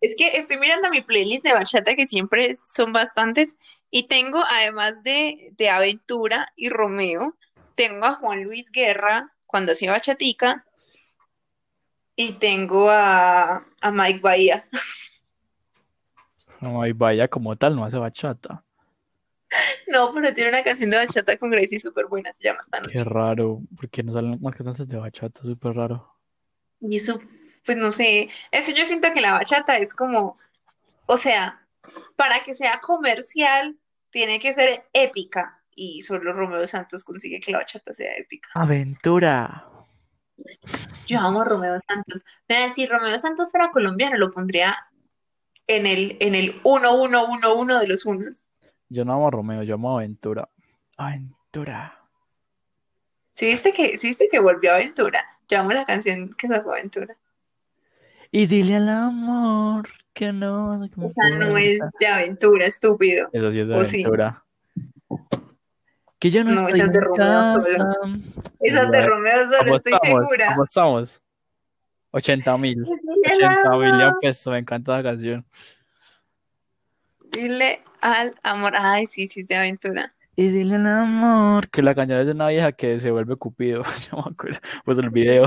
Speaker 3: Es que estoy mirando mi playlist de bachata, que siempre son bastantes, y tengo, además de, de Aventura y Romeo, tengo a Juan Luis Guerra cuando hacía bachatica, y tengo a, a Mike Bahía.
Speaker 4: No, y vaya como tal, no hace bachata.
Speaker 3: No, pero tiene una canción de bachata con Gracie súper buena, se llama Esta
Speaker 4: Qué
Speaker 3: Noche.
Speaker 4: raro. Porque no salen más cantantes de bachata. Súper raro.
Speaker 3: Y eso, pues no sé, eso yo siento que la bachata es como, o sea, para que sea comercial, tiene que ser épica, y solo Romeo Santos consigue que la bachata sea épica.
Speaker 4: Aventura.
Speaker 3: Yo amo a Romeo Santos. Mira, si Romeo Santos fuera colombiano, lo pondría en el, en el 1-1-1-1 de los unos.
Speaker 4: Yo no amo a Romeo, yo amo a Aventura. Aventura.
Speaker 3: ¿Sí viste que, sí viste que volvió Aventura? Yo amo la canción que sacó Aventura.
Speaker 4: Y dile al amor que no. que me
Speaker 3: Esa no
Speaker 4: importa.
Speaker 3: es de aventura, estúpido.
Speaker 4: Eso sí es de
Speaker 3: o sí.
Speaker 4: aventura. Que yo no,
Speaker 3: No,
Speaker 4: estoy
Speaker 3: esa es de
Speaker 4: en
Speaker 3: Romeo
Speaker 4: casa.
Speaker 3: Esa
Speaker 4: Bueno,
Speaker 3: de Romeo solo
Speaker 4: ¿Cómo
Speaker 3: estoy
Speaker 4: estamos?
Speaker 3: segura.
Speaker 4: ¿Cómo estamos? 80 mil.
Speaker 3: Dile al
Speaker 4: 80 mil ya
Speaker 3: amor,
Speaker 4: empezó, me encanta la canción.
Speaker 3: dile al amor. Ay, sí, sí, es de aventura.
Speaker 4: Y dile al amor que la canción es de una vieja que se vuelve Cupido. Yo me acuerdo. Pues el video.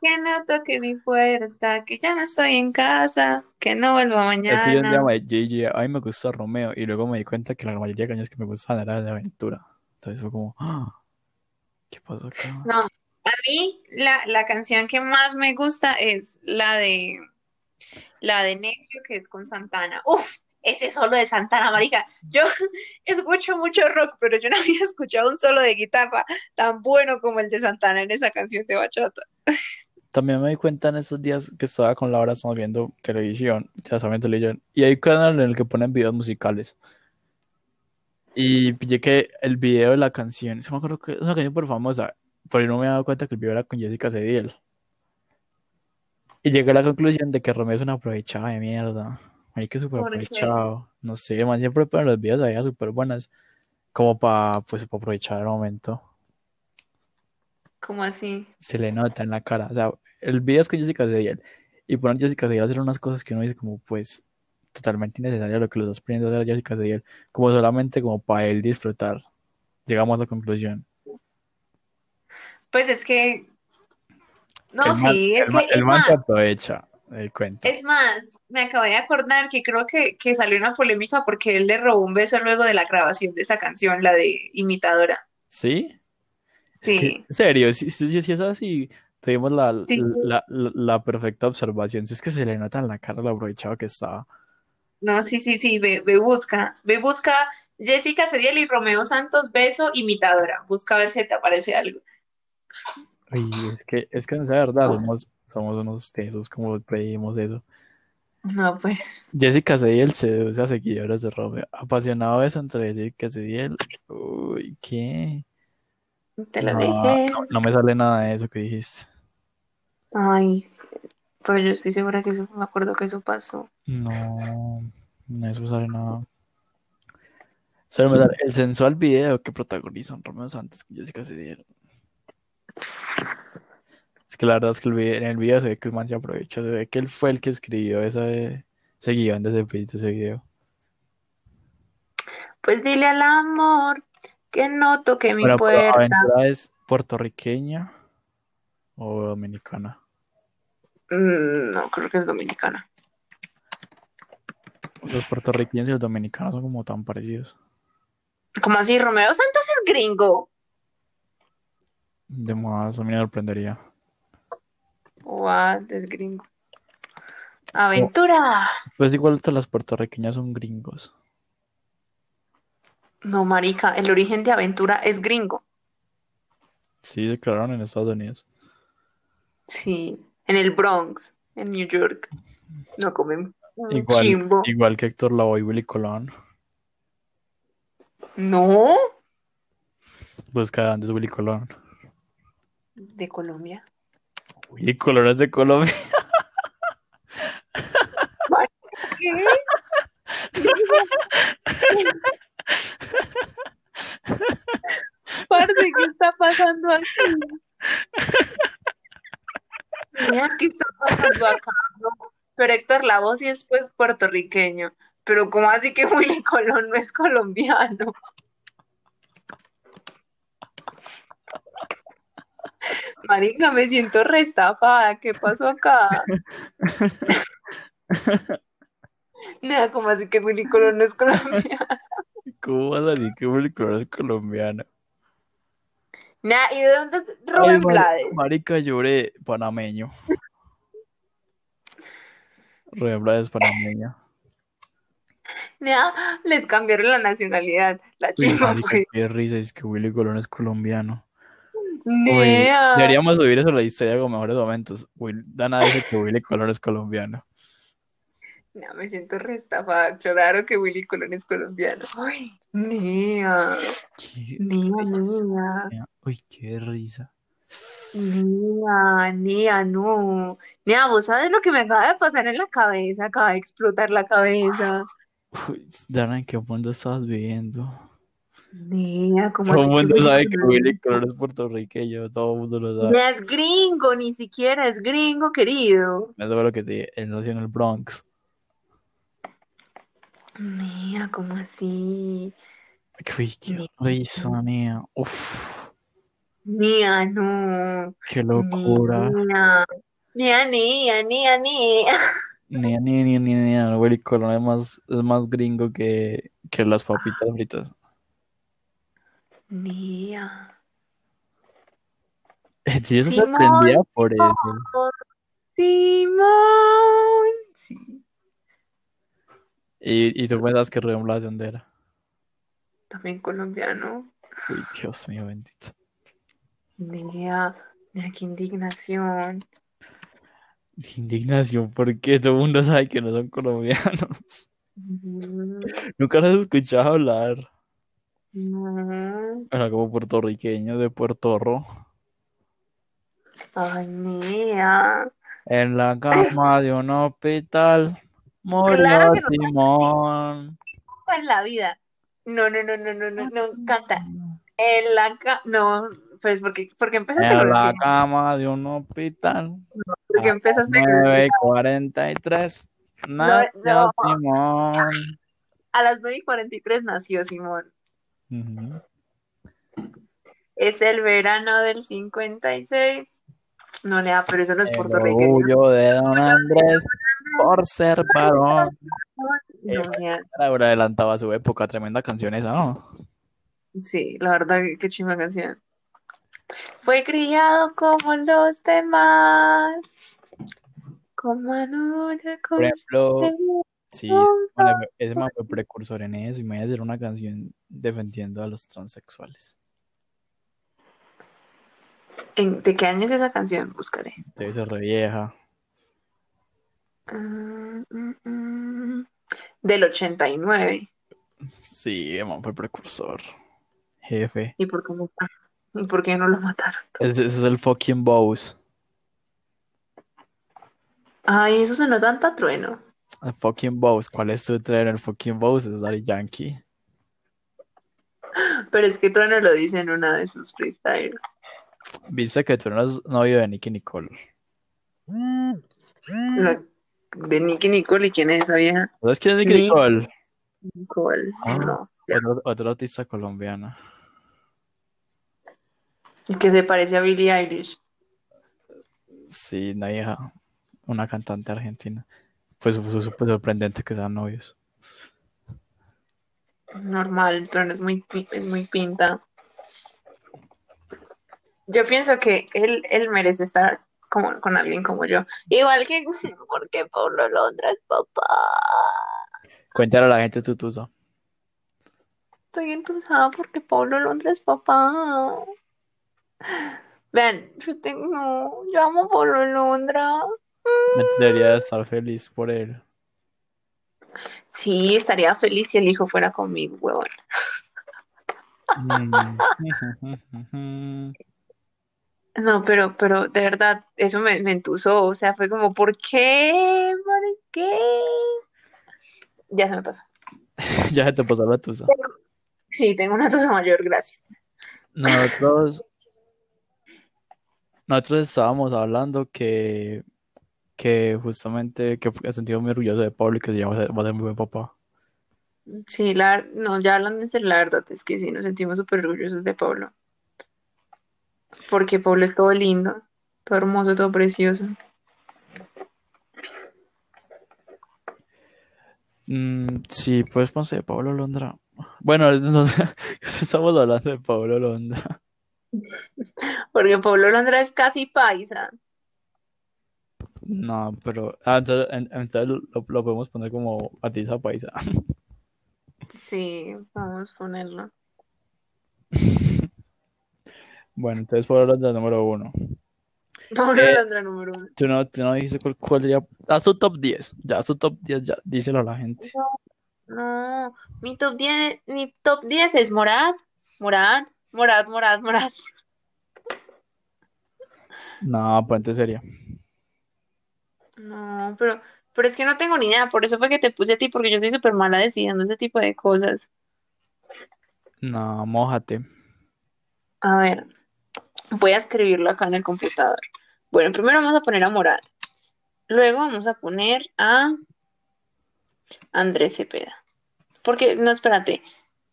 Speaker 3: Que no toque mi puerta, que ya no estoy en casa, que no vuelva
Speaker 4: Es que yo un día
Speaker 3: mañana.
Speaker 4: me Gigi, a mí me gusta Romeo. Y luego me di cuenta que la mayoría de canciones que me gustan eran de aventura. Entonces fue como, "Ah, ¿qué pasó acá?
Speaker 3: No, a mí la, la canción que más me gusta es la de la de Necio, que es con Santana. Uf, ese solo de Santana, marica. Yo escucho mucho rock, pero yo no había escuchado un solo de guitarra tan bueno como el de Santana en esa canción de bachata.
Speaker 4: También me di cuenta en estos días que estaba con Laura, estamos viendo televisión, ya saben, televisión, y hay un canal en el que ponen videos musicales. Y pillé que el video de la canción, se me acuerdo que es una canción por famosa, pero yo no me había dado cuenta que el video era con Jessica Cediel. Y llegué a la conclusión de que Romeo es una aprovechada de mierda. Hay que súper
Speaker 3: ¿Por qué?
Speaker 4: aprovechado. No sé, man, siempre ponen los videos allá súper buenas, como para pues, pa aprovechar el momento.
Speaker 3: ¿Cómo así?
Speaker 4: se le nota en la cara. O sea, el video es con Jessica Cediel y poner Jessica Cediel a hacer unas cosas que uno dice como, pues, totalmente innecesario lo que lo estás poniendo a hacer a Jessica Cediel, como solamente como para él disfrutar. Llegamos a la conclusión.
Speaker 3: Pues es que, no,
Speaker 4: El man-
Speaker 3: sí, es que
Speaker 4: el man- el
Speaker 3: es
Speaker 4: man
Speaker 3: más,
Speaker 4: se aprovecha, el cuento.
Speaker 3: es más, me acabé de acordar que creo que, que salió una polémica porque él le robó un beso luego de la grabación de esa canción, la de Imitadora.
Speaker 4: ¿Sí? Es que,
Speaker 3: Sí.
Speaker 4: en serio, si, si- si- si es así, tuvimos la,
Speaker 3: Sí.
Speaker 4: la- la- la perfecta observación. Si es que se le nota en la cara lo aprovechado que estaba.
Speaker 3: No, sí, sí, sí, ve, ve, busca, ve, busca Jessica Cediel y Romeo Santos, beso, imitadora. Busca a ver si te aparece algo.
Speaker 4: Ay, es que, es que en verdad somos, somos unos tesos, como pedimos eso.
Speaker 3: No, pues,
Speaker 4: Jessica Cediel seduce a seguidores de Romeo. Apasionado eso entre Jessica Cediel. Uy, ¿qué?
Speaker 3: te lo
Speaker 4: No,
Speaker 3: dije.
Speaker 4: no, no me sale nada de eso que dijiste.
Speaker 3: Ay, sí, pero yo estoy segura que eso, me acuerdo que eso pasó.
Speaker 4: No, no eso sale nada. Solo me sale el sensual video que protagonizan Romeo Santos y Jessica Cediel. Es que la verdad es que el vide- en el video se ve que el man se aprovechó, se ve que él fue el que escribió ese, ese guión de ese, vi- de ese video.
Speaker 3: Pues dile al amor que no toque mi
Speaker 4: Bueno, pues, pero
Speaker 3: puerta.
Speaker 4: ¿Aventura es puertorriqueña o dominicana?
Speaker 3: Mm, no, creo que es dominicana.
Speaker 4: Los puertorriqueños y los dominicanos son como tan parecidos.
Speaker 3: ¿Cómo así? Romeo Santos es gringo.
Speaker 4: De más, a mí me sorprendería.
Speaker 3: What, es gringo. Aventura.
Speaker 4: Pues igual todas las puertorriqueñas son gringos.
Speaker 3: No, marica, el origen de Aventura es gringo.
Speaker 4: Sí, se crearon en Estados Unidos.
Speaker 3: Sí, en el Bronx, en New York. No comen un
Speaker 4: Igual,
Speaker 3: chimbo.
Speaker 4: igual que Héctor Lavoe y Willy Colón.
Speaker 3: No,
Speaker 4: Busca de dónde es Willy Colón.
Speaker 3: de Colombia.
Speaker 4: Willy Colón es de Colombia.
Speaker 3: ¿Qué? Parce, ¿qué está pasando aquí? Mira, ¿Qué está pasando acá? no? Pero Héctor Lavoe sí es pues puertorriqueño. Pero ¿cómo así que Willy Colón no es colombiano? Marica, me siento restafada. ¿Qué pasó acá? Nada, como así que Willy Colón no es colombiano.
Speaker 4: ¿Cómo vas a decir que Willy Colón es colombiano?
Speaker 3: Nada, ¿y de dónde es
Speaker 4: Ay,
Speaker 3: Rubén
Speaker 4: mar-
Speaker 3: Blades?
Speaker 4: marica, lloré panameño. Rubén Blades panameño.
Speaker 3: Nada, les cambiaron la nacionalidad. La
Speaker 4: Uy,
Speaker 3: chimba,
Speaker 4: marica,
Speaker 3: pues.
Speaker 4: qué risa, es que Willy Colón es colombiano. Uy,
Speaker 3: Nea.
Speaker 4: deberíamos subir eso a la historia con mejores momentos. Will, Dana dice que Willy Colón es colombiano.
Speaker 3: Nea, me siento restafada. Claro que Willy Colón es colombiano. Ay, nea.
Speaker 4: Qué
Speaker 3: Nea, nea.
Speaker 4: risa. Uy, qué risa.
Speaker 3: Nia, Nia, no. Nia, vos sabes lo que me acaba de pasar en la cabeza, acaba de explotar la cabeza.
Speaker 4: Uy, Dana, ¿en qué mundo estabas viviendo?
Speaker 3: Nia, ¿cómo
Speaker 4: Todo el
Speaker 3: así
Speaker 4: mundo
Speaker 3: que
Speaker 4: sabe que
Speaker 3: Willy Colón?
Speaker 4: Willy Colón es puertorriqueño, todo el mundo lo sabe.
Speaker 3: Nia es gringo, ni siquiera es gringo, querido.
Speaker 4: Eso fue lo que te dije, él nació en el Bronx.
Speaker 3: Nia, ¿cómo así?
Speaker 4: Uy, qué
Speaker 3: Ni-
Speaker 4: risa, Nia. Uf,
Speaker 3: Nia, no.
Speaker 4: qué locura.
Speaker 3: Nia, Nia, Nia, Nia, Nia.
Speaker 4: Nia, Nia, Nia, Nia, Nia. Willy Colón es más, es más gringo que, que las papitas fritas.
Speaker 3: Nia.
Speaker 4: Sí, eso se
Speaker 3: Simón,
Speaker 4: aprendía por eso.
Speaker 3: Simón. Sí,
Speaker 4: Y, y tú pensabas que Río Blas de dónde era.
Speaker 3: también colombiano.
Speaker 4: Uy, Dios mío, bendito.
Speaker 3: Nia, Nia, qué indignación.
Speaker 4: Indignación, porque todo el mundo sabe que no son colombianos.
Speaker 3: Mm,
Speaker 4: Nunca los he escuchado hablar.
Speaker 3: No.
Speaker 4: Era como puertorriqueño de Puertorro.
Speaker 3: Ay, Nia.
Speaker 4: En la cama de un hospital murió
Speaker 3: Claro que no.
Speaker 4: Simón.
Speaker 3: En la vida. Ah. No, no, no, no, no, no, no, canta. En la ca- no, pues porque, porque empezaste
Speaker 4: En
Speaker 3: con
Speaker 4: la
Speaker 3: así,
Speaker 4: cama de un hospital.
Speaker 3: porque
Speaker 4: a
Speaker 3: empezaste con así.
Speaker 4: 9.43. Nació
Speaker 3: no.
Speaker 4: Simón.
Speaker 3: A las 9 y 43 nació Simón.
Speaker 4: Ujú.
Speaker 3: Es el verano del 56. No, Nea, pero eso no es
Speaker 4: El
Speaker 3: puertorriqueño.
Speaker 4: orgullo de Don Andrés por ser varón.
Speaker 3: No,
Speaker 4: eh.
Speaker 3: Nea,
Speaker 4: Ahora adelantaba su época, tremenda canción esa, ¿no?
Speaker 3: sí, la verdad, qué chimba canción. Fue criado como los demás, con mano dura, con
Speaker 4: Por ejemplo,
Speaker 3: sinceridad.
Speaker 4: sí, bueno, ese man fue precursor en eso. Imagínate era una canción defendiendo a los transexuales.
Speaker 3: ¿En- ¿De qué año es esa canción? Buscaré.
Speaker 4: Debe ser re vieja.
Speaker 3: Mm, mm, mm. Del 89.
Speaker 4: Sí, el man fue precursor. Jefe.
Speaker 3: ¿Y por qué no, ¿Y por qué no lo mataron?
Speaker 4: Ese, ese es el fucking Bose.
Speaker 3: Ay, eso suena tanto a trueno.
Speaker 4: El fucking Bose. ¿Cuál es tu tren? El fucking Bose es Daddy Yankee.
Speaker 3: Pero es que trueno lo dice en una de sus freestyles.
Speaker 4: Viste que tú no eres novio de Nicky Nicole.
Speaker 3: No, de Nicky Nicole y quién es esa vieja.
Speaker 4: ¿Sabes quién es Nicky
Speaker 3: Ni-
Speaker 4: Nicole?
Speaker 3: Nicole.
Speaker 4: Ah.
Speaker 3: No.
Speaker 4: Otro, otra artista colombiana.
Speaker 3: Es que se parece a Billie Eilish.
Speaker 4: Sí, una vieja, una cantante argentina. Pues fue súper sorprendente que sean novios.
Speaker 3: Normal, trueno es muy, pi- es muy pinta. Yo pienso que él, él merece estar como, con alguien como yo. Igual que, ¿por qué Pablo Londra es papá?
Speaker 4: Cuéntale a la gente tu tusa.
Speaker 3: Estoy entusiasmada porque Pablo Londra es papá. Vean, yo tengo. no, Yo amo a Pablo Londra.
Speaker 4: Debería estar feliz por él.
Speaker 3: Sí, estaría feliz si el hijo fuera conmigo, huevón.
Speaker 4: Mm.
Speaker 3: No, pero, pero de verdad, eso me, me entusó. O sea, fue como, ¿por qué? ¿Por qué? Ya se me pasó.
Speaker 4: Ya se te pasó la tusa.
Speaker 3: Sí, tengo una tusa mayor, gracias.
Speaker 4: Nosotros, nosotros estábamos hablando que, que justamente que he sentido muy orgulloso de Pablo y que va a ser, va a ser muy buen papá.
Speaker 3: Sí, la, no, ya hablando en serio, la verdad es que sí, nos sentimos súper orgullosos de Pablo. Porque Pablo es todo lindo, todo hermoso, todo precioso.
Speaker 4: Mm, sí, pues ponse de Pablo Londra. Bueno, entonces estamos hablando de Pablo Londra.
Speaker 3: Porque Pablo Londra es casi paisa.
Speaker 4: No, pero ah, entonces, en- entonces lo, lo podemos poner como atiza paisa.
Speaker 3: Sí, vamos a ponerlo.
Speaker 4: Bueno, entonces por ahora la número uno.
Speaker 3: Pablo
Speaker 4: Eh,
Speaker 3: Londra número uno.
Speaker 4: Tú no, tú no dijiste cuál, cuál sería. Haz tu top 10. Ya, haz tu top 10, ya. Díselo a la gente.
Speaker 3: No, mi top 10, mi top 10 es Morad, Morad, Morad, Morad, Morad.
Speaker 4: No, pues puente sería.
Speaker 3: No, pero, pero es que no tengo ni idea. Por eso fue que te puse a ti, porque yo soy súper mala decidiendo ese tipo de cosas.
Speaker 4: No, mójate.
Speaker 3: A ver, voy a escribirlo acá en el computador. Bueno, primero vamos a poner a Morat. Luego vamos a poner a Andrés Cepeda. Porque, no, espérate.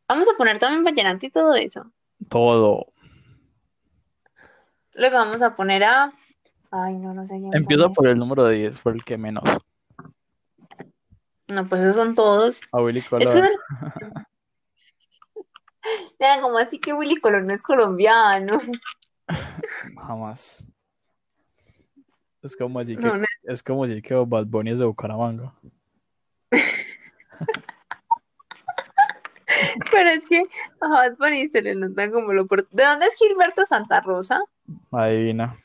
Speaker 3: Vamos a poner también Vallenato y todo eso.
Speaker 4: Todo.
Speaker 3: Luego vamos a poner a... Ay, no, no sé quién
Speaker 4: Empieza
Speaker 3: poner.
Speaker 4: por el número 10, por el que menos.
Speaker 3: No, pues esos son todos.
Speaker 4: A Willy
Speaker 3: Es
Speaker 4: Colón.
Speaker 3: una- Nada, como así que Willy Colón no es colombiano.
Speaker 4: Jamás. Es como decir que,
Speaker 3: No, no.
Speaker 4: es como decir que Bad Bunny es de Bucaramanga.
Speaker 3: Pero es que a Bad Bunny se le nota como lo... por- ¿De dónde es Gilberto Santa Rosa?
Speaker 4: Adivina.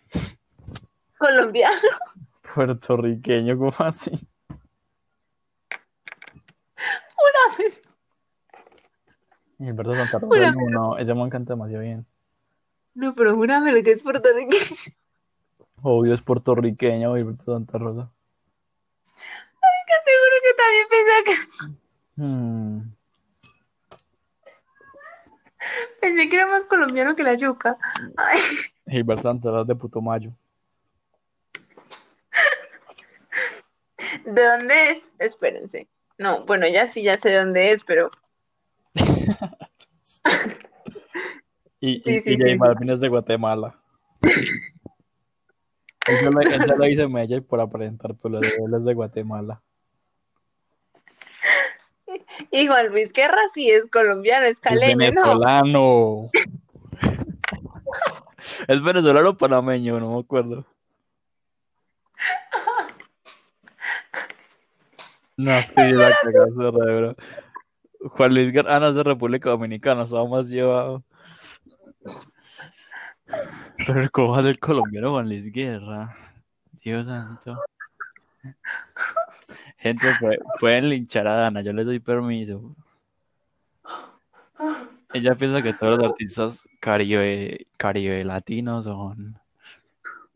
Speaker 3: Colombiano.
Speaker 4: Puertorriqueño, ¿cómo así?
Speaker 3: Una vez.
Speaker 4: Gilberto Santa Rosa,
Speaker 3: Bueno,
Speaker 4: no, no, ese man canta demasiado bien.
Speaker 3: No, pero júrame lo que es puertorriqueño.
Speaker 4: Obvio es puertorriqueño, Gilberto Santa Rosa.
Speaker 3: Que seguro que también pensé
Speaker 4: Mm,
Speaker 3: que, pensé que era más colombiano que la yuca. Ay,
Speaker 4: Gilberto Santa Rosa de Putumayo.
Speaker 3: ¿de dónde es? Espérense. No, bueno, ya sí, ya sé dónde es, pero
Speaker 4: Y, y,
Speaker 3: Sí,
Speaker 4: y
Speaker 3: sí,
Speaker 4: J
Speaker 3: sí,
Speaker 4: Balvin es de Guatemala. Él se lo, él se lo hizo en Medellín por aparentar, pero lo de él es de Guatemala.
Speaker 3: y Juan Luis Guerra sí es colombiano, es
Speaker 4: Es
Speaker 3: caleño, ¿no?
Speaker 4: venezolano. es venezolano o panameño, no me acuerdo. No, sí, la cagaste, bro. Juan Luis Guerra, ah, no, es de República Dominicana, estaba más llevado. Pero ¿cómo hace el colombiano Juan Luis Guerra? Dios santo. Gente, pue- pueden linchar a Dana, yo les doy permiso.
Speaker 3: Ah,
Speaker 4: Ella piensa que todos los artistas caribe, caribe latinos son,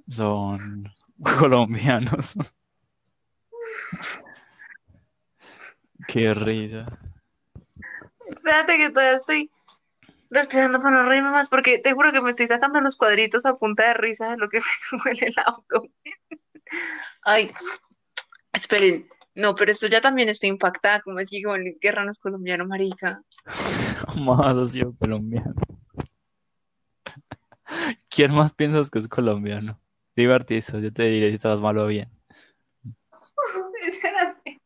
Speaker 4: son colombianos. Qué risa.
Speaker 3: Espérate que todavía estoy respirando para no reírme más, porque te juro que me estoy sacando los cuadritos a punta de risa de lo que me huele el auto. Ay, esperen. No, pero esto ya también estoy impactada, como es que Juan Luis Guerra no es colombiano, marica.
Speaker 4: Amado sido colombiano. ¿Quién más piensas que es colombiano? Dime artistas, yo te diré si estás mal o bien.
Speaker 3: Espérate.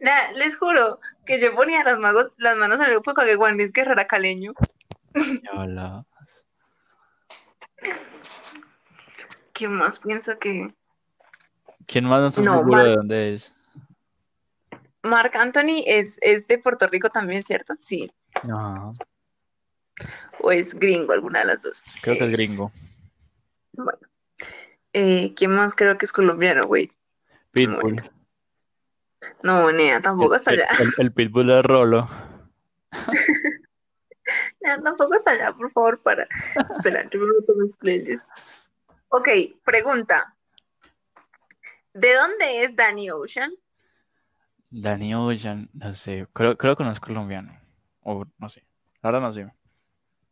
Speaker 3: Nah, les juro que yo ponía las, magos, las manos al grupo que Juan Luis Guerra era caleño.
Speaker 4: Ya hablabas.
Speaker 3: ¿Qué más pienso que...?
Speaker 4: ¿Quién más no está
Speaker 3: No,
Speaker 4: seguro
Speaker 3: Mar-
Speaker 4: de dónde es?
Speaker 3: Marc Anthony es, es de Puerto Rico también, ¿cierto? Sí.
Speaker 4: No,
Speaker 3: O es gringo, alguna de las dos.
Speaker 4: creo que es gringo.
Speaker 3: Eh, ¿quién más creo que es colombiano, güey?
Speaker 4: Pitbull.
Speaker 3: No, Nea, tampoco está
Speaker 4: El,
Speaker 3: allá.
Speaker 4: el- el pitbull de Rolo.
Speaker 3: Nea, tampoco está allá, por favor, para. Espera, yo me meto en mis playlists. Ok, pregunta. ¿De dónde es Danny Ocean?
Speaker 4: Danny Ocean, no sé, creo, creo que no es colombiano. O no sé. Ahora no sé.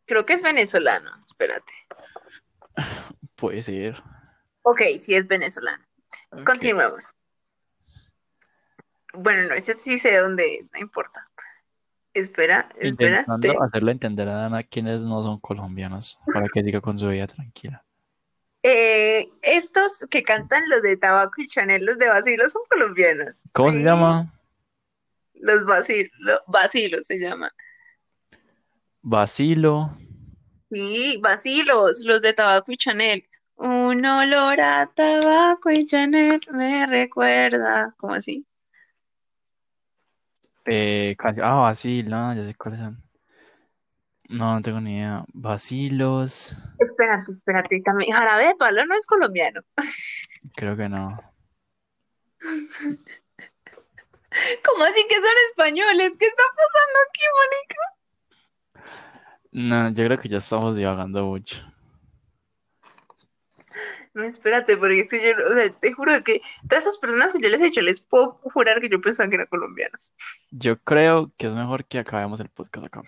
Speaker 3: Creo que es venezolano, espérate.
Speaker 4: Puede ser.
Speaker 3: Ok, sí es venezolano.
Speaker 4: Ok.
Speaker 3: Continuemos. Bueno, no, ese sí sé dónde es, no importa. Espera, espera.
Speaker 4: Intentando hacerle entender a Dana quienes no son colombianos para que siga con su vida tranquila.
Speaker 3: Eh, estos que cantan los de Tabaco y Chanel, los de Vacilo, son colombianos.
Speaker 4: ¿Cómo se
Speaker 3: Sí.
Speaker 4: llama?
Speaker 3: Los vacilos, vacilos se llama.
Speaker 4: Basilo.
Speaker 3: Sí, vacilos, los de Tabaco y Chanel. Un olor a tabaco y Chanel me recuerda. ¿Cómo así?
Speaker 4: Eh, can- ah, Basilo, ya sé cuáles son. No, no tengo ni idea. Basilos,
Speaker 3: Espérate, espérate. También Jarabe de Palo no es colombiano.
Speaker 4: creo que no.
Speaker 3: ¿Cómo así que son españoles? ¿Qué está pasando aquí, Mónica?
Speaker 4: No, yo creo que ya estamos divagando mucho.
Speaker 3: No, espérate, porque es que yo, o sea, te juro que todas esas personas que yo les he hecho, les puedo jurar que yo pensaba que eran colombianos.
Speaker 4: Yo creo que es mejor que acabemos el podcast acá.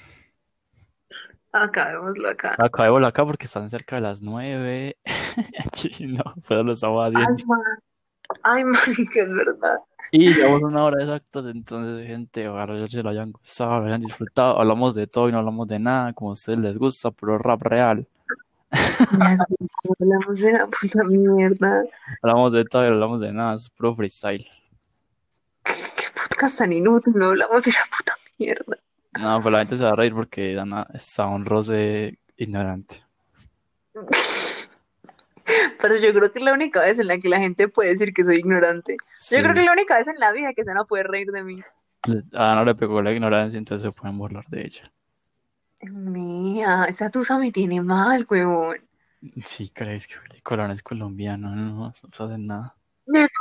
Speaker 3: Acabémoslo acá.
Speaker 4: Acabémoslo acá porque están cerca de las nueve. Aquí no, pero lo estamos haciendo.
Speaker 3: Ay, man. Ay, marica, es verdad.
Speaker 4: Y llevamos una hora exacta, entonces, gente, ojalá se lo hayan gustado, lo hayan disfrutado. Hablamos de todo y no hablamos de nada, como a ustedes les gusta, puro rap real.
Speaker 3: Ya es verdad, hablamos de la puta mierda.
Speaker 4: Hablamos de todo y no hablamos de nada, es puro freestyle.
Speaker 3: ¿Qué, qué podcast tan inútil, no hablamos de la puta mierda.
Speaker 4: No, pero la gente se va a reír porque Dana está un roce ignorante.
Speaker 3: Pero yo creo que es la única vez en la que la gente puede decir que soy ignorante. Yo creo que es la única vez en la vida que se van a poder reír de mí.
Speaker 4: A Dana le pegó la ignorancia, entonces se pueden burlar de ella.
Speaker 3: Mía, esa tusa me tiene mal, huevón.
Speaker 4: Sí, crees que Willy Colón es colombiano, no, no hacen nada.
Speaker 3: No, es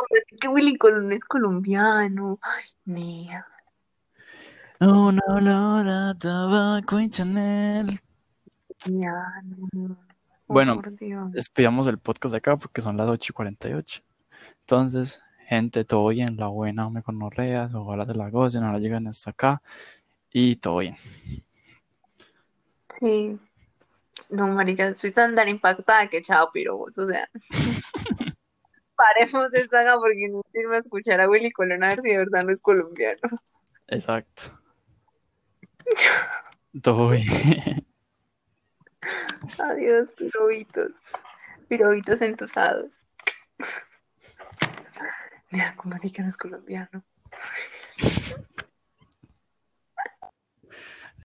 Speaker 3: que Willy Colón es colombiano. Ay, mía.
Speaker 4: Un olor a tabaco y Chanel.
Speaker 3: Mía, no. Oh,
Speaker 4: Bueno,
Speaker 3: por Dios.
Speaker 4: Despidamos el podcast acá porque son las 8 y 48. Entonces, gente, todo bien, la buena, me conorreas, ojalá te la gocen, ahora llegan hasta acá y todo bien.
Speaker 3: Sí. No, marica, estoy tan, tan impactada que chao, pirobos. O sea, paremos esta acá porque no sirve escuchar a Willy Colón a ver si de verdad no es colombiano.
Speaker 4: Exacto. Todo bien.
Speaker 3: Adiós, pirobitos. Pirobitos entusados. Mira, ¿cómo así que no es colombiano?